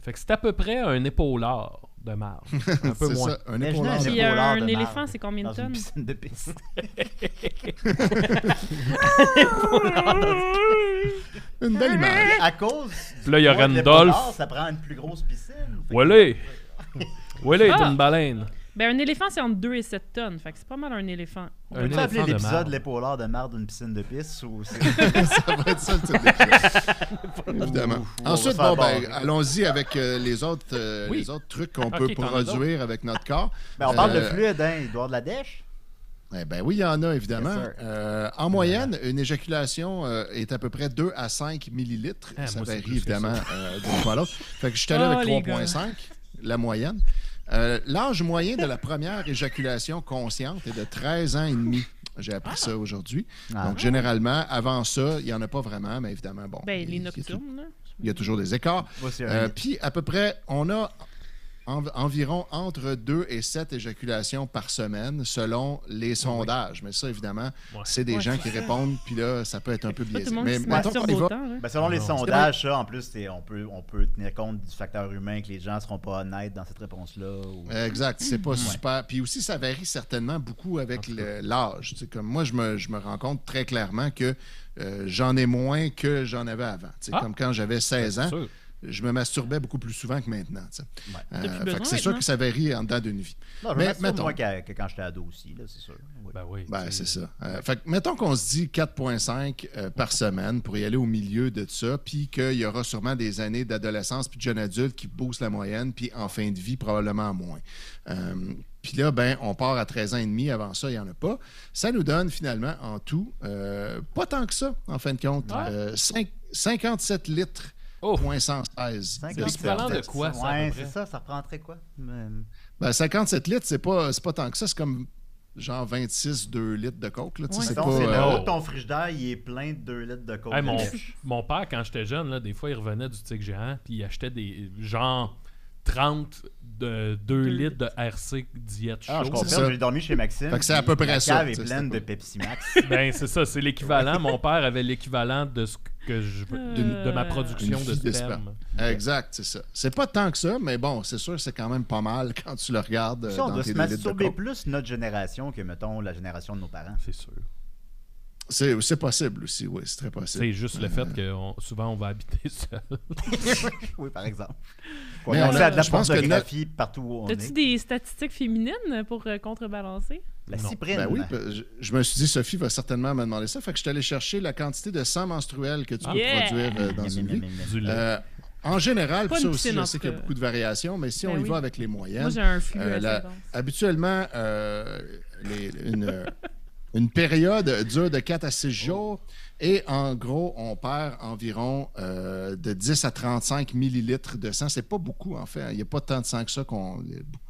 Fait que c'est à peu près un épaulard de marge. Un peu C'est moins. ça, un Imaginez épaulard. un de- Puis un épaulard de éléphant, marde c'est combien de dans une tonnes? piscine de pisse. Une belle image. à cause. Puis là, il y a du poids de Randolph. l'épaulard, Ça prend une plus grosse piscine. Fait que- Willy! Willy est Ah! une baleine. Ben, un éléphant, c'est entre 2 et 7 tonnes. Fait que c'est pas mal un éléphant. Un Peux-tu éléphant appeler de marde. l'épisode L'épaulard de marde d'une piscine de pisse ou c'est- ça va être ça le titre d'épisode. Évidemment. Ouf, on Ensuite, va bon, se faire ben, barrer. allons-y avec euh, les, autres, euh, Oui. les autres trucs qu'on Ok, peut t'en as produire avec notre corps. Ben, on parle de Euh, fluide, hein. Il doit y avoir de la dèche. Eh ben oui, il y en a évidemment. Yes, sir. Euh, en moyenne, une éjaculation euh, est à peu près 2 à 5 millilitres. Ah, ça moi, c'est varie plus que évidemment euh, d'une fois à l'autre. Fait que je suis allé Oh, avec les gars. 3,5, la moyenne. Euh, L'âge moyen de la première éjaculation consciente est de 13 ans et demi. J'ai appris ça aujourd'hui. Ah. Donc, généralement, avant ça, il n'y en a pas vraiment, mais évidemment, bon. Ben, il- les il y a tout- nocturnes, là. Il y a toujours des écarts. Moi, c'est un Euh, litre. Puis, à peu près, on a en- environ entre 2 et 7 éjaculations par semaine selon les sondages. Mais ça, évidemment, Ouais. c'est des Ouais, gens c'est qui ça. répondent, puis là, ça peut être un peu Pas tout biaisé. le monde Mais qui se mettons qu'on masturbe y va. autant, hein. là. Ben, selon les Non. sondages, ça, en plus, c'est- on peut, on peut tenir compte du facteur humain que les gens seront pas honnêtes dans cette réponse-là. ou- Exact, c'est pas super. Puis aussi, ça varie certainement beaucoup avec le- l'âge. Tu sais, comme moi, je me, je me rends compte très clairement que euh, j'en ai moins que j'en avais avant. Tu sais, Ah. Comme quand j'avais 16 ans, Sûr. je me masturbais beaucoup plus souvent que maintenant. tu sais. Ouais. Euh, T'as plus fait que besoin c'est sûr maintenant. que ça varie en dedans d'une vie. Non, je Mais m'assure mettons- moins qu'à- que, quand j'étais ado aussi, là, c'est sûr. Oui. Ben oui. Ben, tu sais. c'est ça. Euh, fait que mettons qu'on se dit 4,5 euh, par semaine pour y aller au milieu de ça, puis qu'il y aura sûrement des années d'adolescence puis de jeune adulte qui boostent la moyenne, puis en fin de vie, probablement moins. Euh, puis là, ben, on part à 13 ans et demi. Avant ça, il n'y en a pas. Ça nous donne finalement en tout, euh, pas tant que ça, en fin de compte, Ah. euh, cinq- 57 litres. Oh. point 116. Cinq de ans, l'équivalent c'est- de quoi, ça, à Ouais, peu c'est près? ça, ça reprendrait quoi Hum, Ben, 57 litres, c'est pas, c'est pas tant que ça. C'est comme genre 26, 2 litres de coke. Là, tu sais, Ouais. c'est mettons, pas, c'est le euh, haut de ton frigidaire, il est plein de 2 litres de coke. oh. Hey, de mon, lèche. mon père, quand j'étais jeune, là, des fois, il revenait du Tic Géant, puis il achetait des genre 30 de 2 litres de RC diète Ah, je chaude. c'est ça. comprends, j'ai dormi chez Maxime. Fait que c'est à peu puis près la ça, cave tu sais, est pleine c'est de pas- Pepsi Max. ben, c'est ça, c'est l'équivalent. Mon père avait l'équivalent de ce que je veux- d'une- de ma production Euh, Une de fille de sperme. sperme. Exact, c'est ça. C'est pas tant que ça, mais bon, c'est sûr, c'est quand même pas mal quand tu le regardes euh, Ça, on dans doit tes se deux litres de masturber coke. plus notre génération que, mettons, la génération de nos parents. C'est sûr. C'est c'est possible aussi, oui, c'est Euh. très possible. C'est juste le fait que on- souvent on va habiter seul. oui, par exemple. Mais on on a a- de la je pense que pornographie partout où on T'as-tu est. des statistiques féminines pour euh, contrebalancer? La Non. cyprine. Ben hein. oui, pe- je, je me suis dit, Sophie va certainement me demander ça. Fait que je suis allé chercher la quantité de sang menstruel que tu peux Ah. Yeah! produire euh, dans Miam, une miam, vie. miam, miam. Du lait. Euh, en général, Pas puis ça une aussi, piscine, je en sais tout qu'il y a cas. beaucoup de variations, mais si Ben on y oui. va avec les Moi, moyennes, j'ai un flux Euh, assez la- dense. habituellement, euh, les- une, euh, une période dure de 4 à 6 Oh. jours et en gros, on perd environ hein. euh, de 10 à 35 millilitres de sang. C'est pas beaucoup, en fait. Il n'y a pas tant de sang que ça qu'on.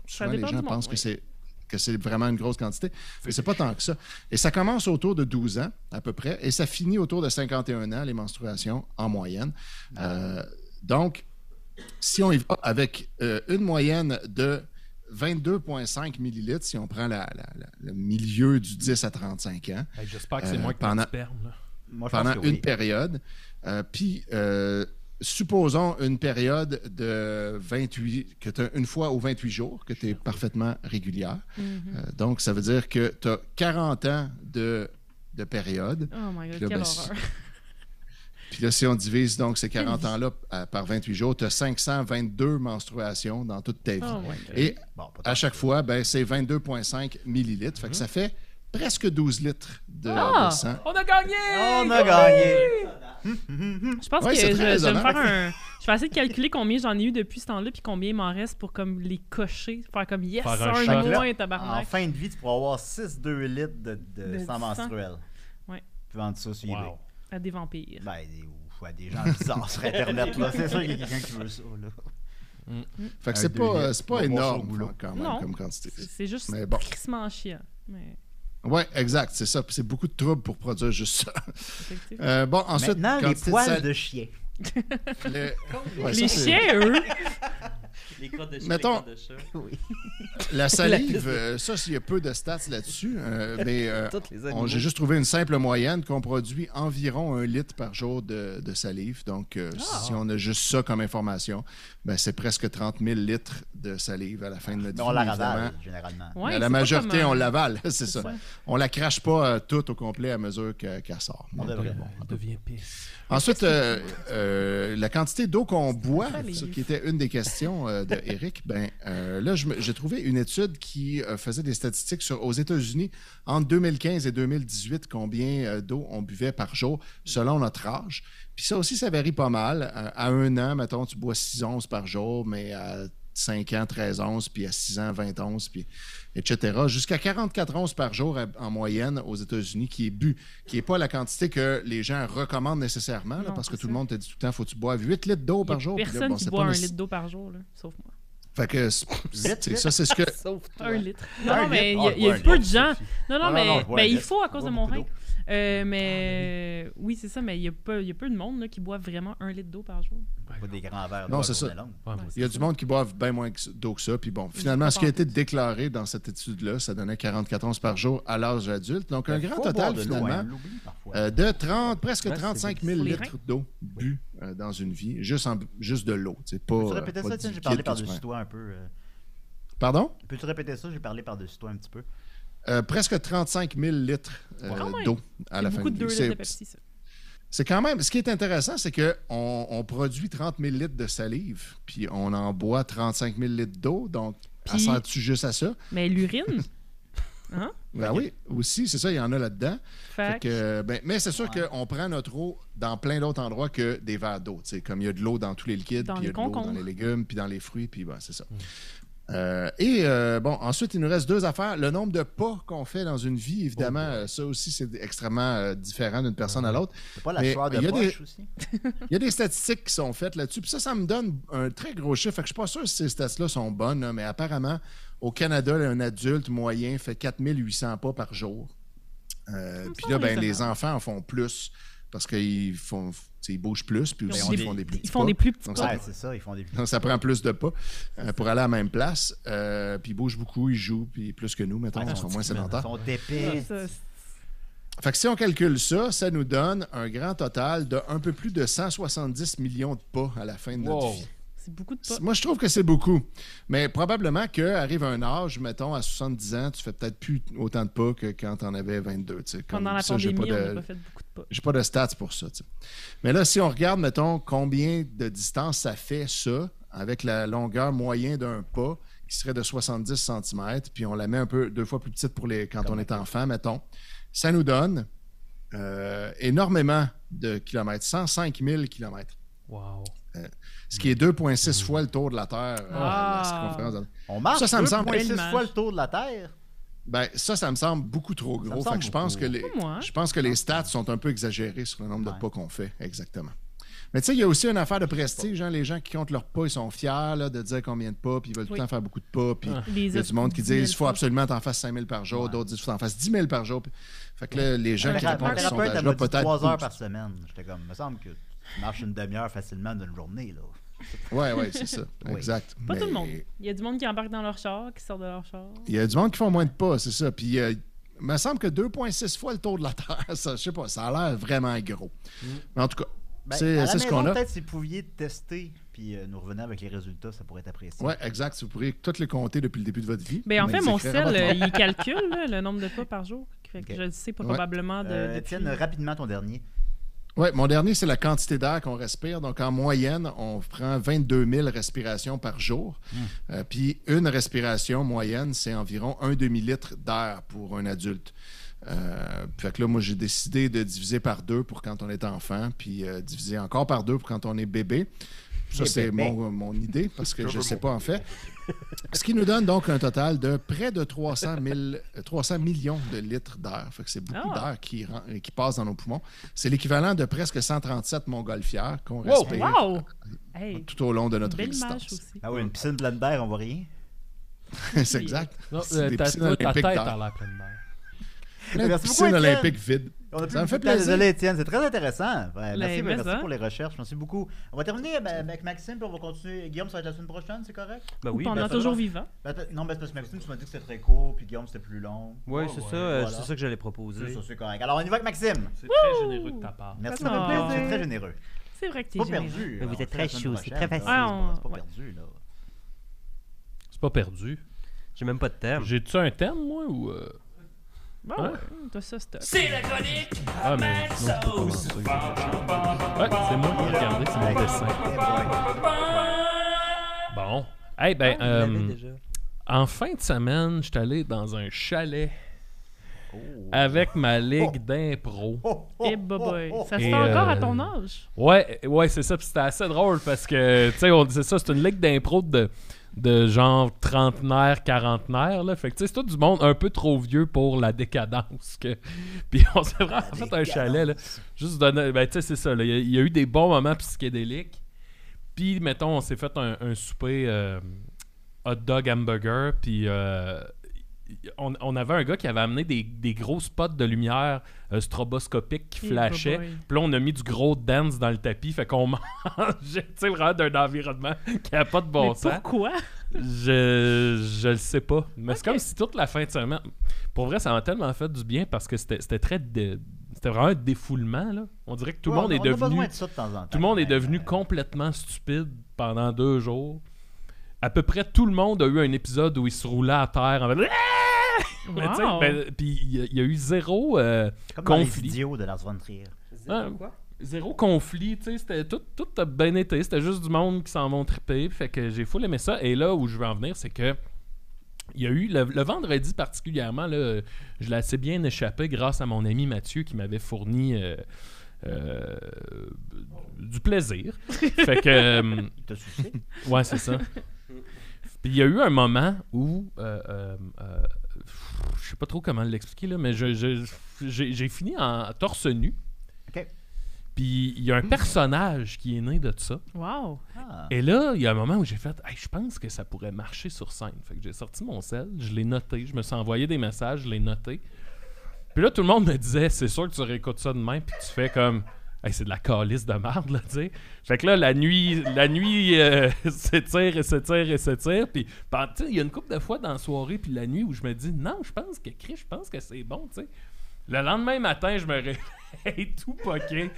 souvent les dépend gens du monde, pensent que oui. c'est que c'est vraiment une grosse quantité, mais c'est pas tant que ça. Et ça commence autour de 12 ans, à peu près, et ça finit autour de 51 ans, les menstruations, en moyenne. Euh, donc, si on y va avec euh, une moyenne de 22,5 millilitres, si on prend la- la- la- le milieu du 10 à 35 ans, Hey, J'espère que c'est Euh, moins que pendant- mon sperme. là. Moi, je pense pendant que une oui. période. Euh, Puis, euh, supposons une période de 28, que tu une fois aux 28 jours, que tu es parfaitement régulière. Mm-hmm. Euh, donc, ça veut dire que tu as 40 ans de, de période. Oh my god, Puis là, quelle ben, si- horreur. Puis là, si on divise donc ces 40 Mm-hmm. ans-là euh, par 28 jours, tu as 522 menstruations dans toute ta vie. Oh my god. Et Bon, pas tant. à chaque fois, ben, c'est 22,5 millilitres. Mm-hmm. Fait que ça fait presque 12 litres de, de Ah! sang. On a gagné! On a gagné. Hum, Je pense Ouais, que c'est je, très je vais me raisonnable. faire un. Je vais essayer de calculer combien j'en ai eu depuis ce temps-là, puis combien il m'en reste pour comme les cocher. Faire comme yes, Faire un un, choc. moins, En tabarnak. fin de vie, tu pourras avoir 6-2 litres de, De de sang. sang menstruel. Ouais. Tu peux vendre ça sur eBay. Wow. Ah. À des vampires. Ben, des- ou à des gens bizarres sur Internet. là. C'est sûr qu'il y a quelqu'un qui veut ça. Là. Fait que Un c'est deux pas, litres. euh, c'est pas On va voir ça au énorme boulot. quand même Non. comme quantité. C'est c'est juste Mais bon. crissement chiant. Mais Oui, exact, c'est ça. Puis C'est beaucoup de troubles pour produire juste ça. effectivement. Euh, bon, ensuite, Maintenant, les quantité de poils sel- de chien. le- Ah, ouais, les ça, c'est- chiens, eux, Les crottes de chat, Mettons- les crottes de chat. La salive, euh, ça, il y a peu de stats là-dessus, euh, mais euh, Toutes les on- animaux. j'ai juste trouvé une simple moyenne qu'on produit environ un litre par jour de, de salive. Donc, euh, si on a juste ça comme information, ben, c'est presque 30 000 litres de salive à la fin de notre Mais vie. on la évidemment. ravale, généralement. Ouais, Mais c'est la pas majorité, comme un- on l'avale, c'est ça. ça. On la crache pas euh, toute au complet à mesure que- qu'elle sort. On Donc, devrait. bon. Elle devient pisse. Ensuite, euh, euh, la quantité d'eau qu'on boit, salive. ce qui était une des questions euh, de Eric, ben, euh, là, je me- j'ai trouvé une étude qui euh, faisait des statistiques sur aux États-Unis entre 2015 et 2018 combien euh, d'eau on buvait par jour selon notre âge. Puis ça aussi, ça varie pas mal. Euh, à un an, mettons, tu bois 6 onces par jour, mais à 5 ans, 13 onces, puis à 6 ans, 20 onces, puis etc. Jusqu'à 44 onces par jour à- en moyenne aux États-Unis qui est bu, qui n'est pas la quantité que les gens recommandent nécessairement, là, Non, parce que c'est tout le ça. monde te dit tout le temps, faut que tu boives 8 litres d'eau par jour. puis là, Personne bon, qui c'est boit pas un nécess- litre d'eau par jour, là, sauf moi. Fait que c'est- c'est- ça, c'est ce que... Sauf toi. Un litre. Non, Un non, mais il litre. y Ah, a, il y a ouais, peu un de gens. litre, Non, non, Non, non, mais, non, je bois un ben, il litre. faut à Je cause bois de mon beaucoup rein. Euh, mais oui, c'est ça, mais il y, a peu- il y a peu de monde là, qui boit vraiment un litre d'eau par jour. Pas des grands verres. Non, d'eau à c'est journée ça. longue. Ouais, moi, Il y a du monde qui boivent bien moins que- d'eau que ça. Puis bon, finalement, pas ce qui a été pantoute. déclaré dans cette étude-là, ça donnait 44 onces par jour à l'âge adulte. Ben, Donc, un Faut grand boire total, de l'eau, finalement, hein, on l'oublie parfois. euh, de 30, presque Ouais, c'est 35 000 Pour les litres reins. d'eau bu euh, dans une vie, juste, en, juste de l'eau. tu sais, Pas, Peux-tu euh, répéter pas ça? du Tiens, j'ai liquide parlé que tu par-dessus prends. toi un peu. euh. Pardon? Peux-tu répéter ça? J'ai parlé par-dessus toi un petit peu. Euh, presque 35 000 litres euh, Quand même. d'eau à la C'est fin beaucoup de de 2 vie. litres de C'est- Pepsi, ça. C'est quand même. Ce qui est intéressant, c'est qu'on on produit 30 000 litres de salive, puis on en boit 35 000 litres d'eau. Donc, Puis- ça tu juste à ça? Mais l'urine, Ben oui, aussi, c'est ça, il y en a là-dedans. Fait fait que- euh, que, ben, mais c'est sûr qu'on prend notre eau dans plein d'autres endroits que des verres d'eau. tu sais, Comme il y a de l'eau dans tous les liquides, Dans puis il y les a de l'eau dans concombres. les légumes, puis dans les fruits, puis ben, c'est ça. Euh, et euh, bon, ensuite, il nous reste deux affaires. Le nombre de pas qu'on fait dans une vie, évidemment, euh, ça aussi, c'est extrêmement euh, différent d'une personne à l'autre. C'est pas la Mais sueur de il y a des- poche aussi? Il y a des statistiques qui sont faites là-dessus. Puis ça, ça me donne un très gros chiffre. Fait que je suis pas sûr si ces stats-là sont bonnes, là, mais apparemment, au Canada, là, un adulte moyen fait 4800 pas par jour. Euh, Ça me puis semble là, ben, les raisonnable. enfants en font plus parce qu'ils font, tu sais, ils bougent plus, puis Ils aussi ont ils des- font des plus ils font des plus petits Donc, pas. ça- Ouais, c'est ça, ils font des donc, ça prend plus de pas euh, pour aller à la même place. Euh, puis ils bougent beaucoup, ils jouent, puis plus que nous, mettons, Ouais, ils sont moins sédentaires. Ils sont épais. Ça, c'est- Fait que si on calcule ça, ça nous donne un grand total de un peu plus de 170 millions de pas à la fin de notre Wow. vie. C'est beaucoup de C'est- pas. Moi, je trouve que c'est beaucoup. Mais probablement qu'arrive un âge, mettons, à 70 ans, tu fais peut-être plus autant de pas que quand t'en avais 22. tu sais. Comme Pendant la ça, j'ai pandémie, pas de- on n'a pas fait beaucoup de pas. j'ai pas de stats pour ça. tu sais. Mais là, si on regarde, mettons, combien de distance ça fait ça avec la longueur moyenne d'un pas qui serait de 70 cm, puis on la met un peu deux fois plus petite pour les, quand on est enfant, mettons, ça nous donne euh, énormément de kilomètres, 105 000 kilomètres, Wow. ce qui est 2,6 fois le tour de la Terre. euh, Ah. la circonférence de la- On marche Ça, ça me semble- 2,6 Tellement. fois le tour de la Terre. Ben, ça, ça me semble beaucoup trop me gros. Fait semble que je pense beaucoup. Ah. que les, Pas moi. hein? je pense que les stats sont un peu exagérés sur le nombre Ouais. de pas qu'on fait, exactement. Mais tu sais, il y a aussi une affaire de prestige. hein, les gens qui comptent leurs pas, ils sont fiers là, de dire combien de pas, puis ils veulent tout le Oui. Ah. temps faire beaucoup de pas. Puis Les il y a du autres monde qui 10 000 disent il faut pas. absolument t'en fasses 5 000 par jour. D'autres disent il faut t'en fasses 10 000 par jour. Puis- Fait que là, les gens Un qui répondent à ce thérapeute, elle sondage-là, m'a dit peut-être. 3 heures par semaine. J'étais comme, me semble que tu marches une demi-heure facilement d'une journée, là. Ouais, ouais, c'est ça. Oui. Exact. Pas tout Mais- le monde. Il y a du monde qui embarque dans leur char, qui sort de leur char. Il y a du monde qui font moins de pas, c'est ça. Puis euh, il me semble que 2,6 fois le tour de la Terre, ça, je sais pas, ça a l'air vraiment gros. Mais en tout cas, Ben, à c'est la c'est ce maison, qu'on a. Peut-être si vous pouviez tester, puis euh, nous revenir avec les résultats, ça pourrait être apprécié. Ouais, exact. si Vous pourriez toutes les compter depuis le début de votre vie. Ben, en Mais fait, c'est mon très sel, euh, rapidement. il calcule là, le nombre de pas par jour. Fait que Ok. Je le sais pas Ouais. probablement Ah, de. Euh, depuis- Étienne, rapidement ton dernier. Ouais, mon dernier, c'est la quantité d'air qu'on respire. Donc, en moyenne, on prend 22 000 respirations par jour. Euh, Puis, une respiration moyenne, c'est environ un demi-litre d'air pour un adulte. Euh, fait que là, moi, j'ai décidé de diviser par deux pour quand on est enfant, puis euh, diviser encore par deux pour quand on est bébé. Ça, Les c'est bébés. mon, mon idée, parce que je ne sais pas en fait. Ce qui nous donne donc un total de près de 300, 000 euh, 300 millions de litres d'air. Fait que c'est beaucoup Ah. d'air qui, ren- qui passe dans nos poumons. C'est l'équivalent de presque 137 montgolfières qu'on Wow! respire Wow! Hey, tout au long de notre belle image existence. aussi. Ah oui, une piscine pleine d'air, on voit rien. c'est exact. Non, C'est euh, des ta, piscines toi, ta olympiques tête d'air. a l'air pleine d'air. Plein de Merci beaucoup, piscines Étienne. olympiques vides. On a plus Ça me beaucoup fait de temps. plaisir. Désolé, Étienne, c'est très intéressant. Ouais, merci, mais merci ça. pour les recherches, merci beaucoup. On va terminer ben, avec Maxime, puis on va continuer. Guillaume, ça va être la semaine prochaine, c'est correct? Ah Ben Ou oui, pendant ben, toujours vivant. Ben, t- non, mais c'est parce que Maxime, tu m'as dit que c'était très court, puis Guillaume, c'était plus long. Ouais, c'est ça, euh, voilà. c'est ça que j'allais C'est proposer. ça, c'est correct. Alors, on y va avec Maxime. C'est très généreux de ta part. Merci, Ça fait beaucoup. plaisir. c'est très généreux. C'est vrai que t'es Pas généreux. perdu. Mais vous Alors, êtes c'est la très semaine chaud, c'est prochaine, très là. Ah, facile. C'est pas- C'est pas Ouais. perdu, là. C'est pas perdu. J'ai même pas de thème. J'ai-tu un thème, moi, ou... euh? Bon, Hein? ouais, t'as ça, stock. C'est la chronique Ah, mais non, je peux commencer. Ouais, c'est moi qui ai regardé, c'est mon dessin. Eh Bon. Hey, ben, Ah, on l'avait euh, déjà. en fin de semaine, je suis allé dans un chalet Oh. avec ma ligue d'impro. Oh, oh, Eh, boboy. oh, oh. Ça se Et, fait encore à euh, ton âge. Ouais, ouais, c'est ça. Puis c'était assez drôle parce que, tu sais, on disait ça, c'est une ligue d'impro de, de genre trentenaire, quarantenaire, là. Fait que, tu sais, c'est tout du monde un peu trop vieux pour la décadence. Que... Puis on s'est vraiment fait un décadence. chalet, là. Juste donner. Ben, tu sais, c'est ça, là. Il y, a- il y a eu des bons moments psychédéliques. Puis, mettons, on s'est fait un, un souper euh, hot dog hamburger. Puis, euh, on, on avait un gars qui avait amené des, des gros spots de lumière euh, stroboscopique qui Eh, flashaient. boboy. Puis là, on a mis du gros dance dans le tapis. Fait qu'on mangeait, tu sais, vraiment d'un environnement qui n'a pas de bon Mais sens. pourquoi? Je, je le sais pas. Mais c'est Ok. comme si toute la fin de semaine. Pour vrai, ça m'a tellement fait du bien parce que c'était c'était très. dé- C'était vraiment un défoulement, là. On dirait que tout le Ouais, monde on- est on a besoin devenu. de ça de temps en temps. Tout le monde est Ouais, devenu ouais. complètement stupide pendant deux jours. À peu près tout le monde a eu un épisode où il se roulait à terre en fait. Mais tu sais, Wow. ben, Puis il y a- il y, a eu zéro. euh, Comme dans les conflit. vidéos de Lars von Trier. Ah. zéro conflit, tu sais, c'était tout, tout a bien été, c'était juste du monde qui s'en vont triper, fait que j'ai full aimé ça, et là où je veux en venir, c'est que il y a eu, le, le vendredi particulièrement, là, je l'ai assez bien échappé grâce à mon ami Mathieu qui m'avait fourni euh, euh, du plaisir, fait que... euh, Il t'a soucié? Ouais, c'est ça. Puis il y a eu un moment où. euh, euh, euh, je sais pas trop comment l'expliquer, là, mais je- je- j'ai j'ai fini en torse nu. Ok. Puis il y a un personnage qui est né de ça. Wow. Ah. Et là, il y a un moment où j'ai fait Hey, je pense que ça pourrait marcher sur scène. Fait que j'ai sorti mon sel, je l'ai noté, je me suis envoyé des messages, je l'ai noté. Puis là, tout le monde me disait C'est sûr que tu réécoutes ça demain, puis tu fais comme Hey, c'est de la calice de merde, là, tu sais. Fait que là, la nuit, la nuit euh, s'étire et s'étire et s'étire. Puis, ben, tu sais, il y a une couple de fois dans la soirée, puis la nuit où je me dis Non, je pense que Chris, je pense que c'est bon, tu sais. Le lendemain matin, je me réveille tout poqué.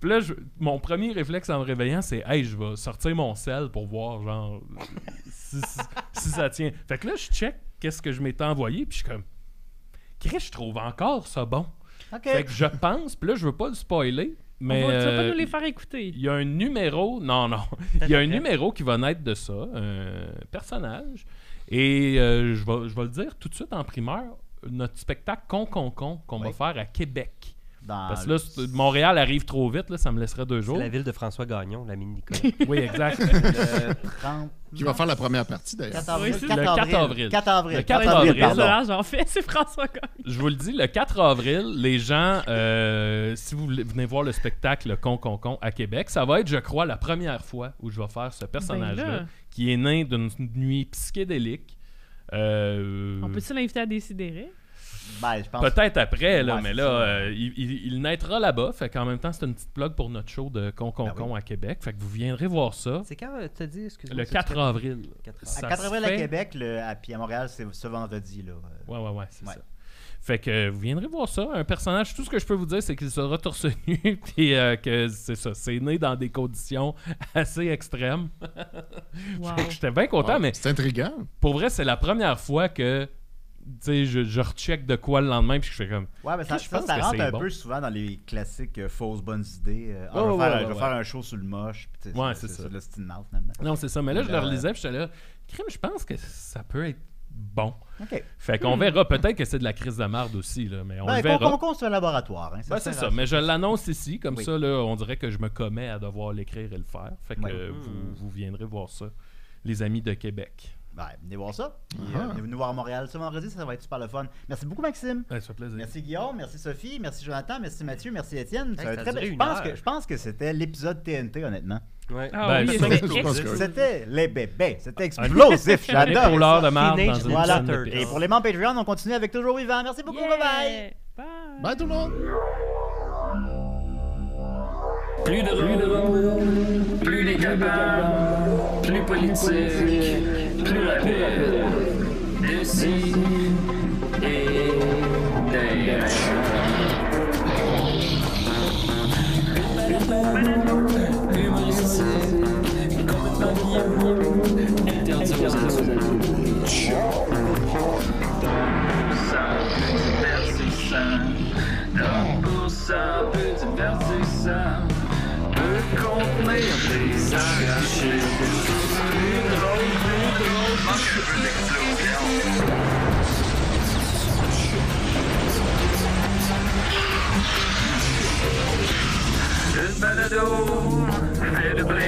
Puis là, je- mon premier réflexe en me réveillant, c'est Hey, je vais sortir mon sel pour voir, genre, si, si- si ça tient. Fait que là, je check qu'est-ce que je m'étais envoyé, puis je suis comme Chris, je trouve encore ça bon. OK. Fait que je pense, puis là, je veux pas le spoiler, mais. On va- tu vas pas euh, nous les faire écouter. il y a un numéro. Non, non. Il y a un numéro qui va naître de ça, un personnage. Et euh, je, vais, je vais le dire tout de suite en primeur notre spectacle Con Con Con qu'on Oui. va faire à Québec. Dans Parce que là, c'est- Montréal arrive trop vite, là, ça me laisserait deux Ah, C'est jours. la ville de François Gagnon, la mini Nicole. Oui, exact. le 30... Qui va faire la première partie, d'ailleurs. 4 avril. Oui, c'est- 4 Le 4 avril. avril. 4 avril. Le 4 4 avril, avril, pardon. j'en fais, c'est François Gagnon. Je vous le dis, le 4 avril, les gens, euh, si vous voulez- venez voir le spectacle Con Con Con à Québec, ça va être, je crois, la première fois où je vais faire ce personnage-là, Ben là. qui est né d'une nuit psychédélique. Euh, On peut-tu l'inviter à décider? Ben, je pense Peut-être après, là, Ouais, mais c'est là, ça. euh, il, il- il naîtra là-bas. Fait qu'en même temps, c'est une petite plug pour notre show de Con Con Ben oui. Con à Québec. Fait que vous viendrez voir ça C'est quand euh, t'as dit, excuse-moi. le c'est 4 quel- avril. 4 à Ça 4 se avril à fait. Québec, le, à, puis à Montréal, c'est ce vendredi. Là. Ouais, ouais, ouais, c'est Ouais. ça. Fait que euh, vous viendrez voir ça. Un personnage, tout ce que je peux vous dire, c'est qu'il sera torse nu, puis euh, que c'est ça, c'est né dans des conditions assez extrêmes. Wow. Fait que J'étais bien content, Ah, mais C'est intriguant. pour vrai, c'est la première fois que tu sais, je, je recheck de quoi le lendemain, puis je fais comme. Ouais, mais ça, Je ça, pense ça que rentre c'est un bon. peu souvent dans les classiques euh, fausses bonnes idées. euh, Ah, Ouais, je vais, faire, ouais, je vais ouais, faire un show sur le moche. puis tu sais, Ouais, c'est ça. C'est le style now, finalement. Non, c'est ça. Mais là, je le Ben, relisais, puis j'étais là, crime, je pense que ça peut être bon. OK. Fait qu'on verra. Peut-être que c'est de la crise de marde aussi, là, mais on Ben, le qu'on- verra. qu'on- qu'on soit un laboratoire. hein, Ben, c'est sert ça, à- mais je l'annonce ici, comme Oui. ça, là, on dirait que je me commets à devoir l'écrire et le faire. Fait que Ouais. euh, vous, vous viendrez voir ça, les amis de Québec. Ben, venez voir ça. Puis, Ah. euh, venez nous voir à Montréal ce vendredi, ça va être super le fun. Merci beaucoup, Maxime. Ouais, ça fait plaisir. Merci Guillaume, merci Sophie, merci Jonathan, merci Mathieu, merci Étienne. C'est Hey, un ça a très duré bel- je, une pense heure. que, je pense que c'était l'épisode TNT, honnêtement. Ouais. Ah Ben, oui, ça, c'est je pense excellent. que oui. C'était les bébés, c'était explosif, Allez pour l'heure j'adore. de marde Teenage dans une Voilà. piscine de Mutant pisse. Et pour les membres Patreon, on continue avec Toujours Vivant. Merci beaucoup, bye bye. Yeah. Bye. Bye tout le monde! Plus de plus de rôle, plus les capables, plus politique, plus rapide. D'ici et d'ailleurs. Humoristique, complètement guillot, interdit aux adultes. Une balado fait de blé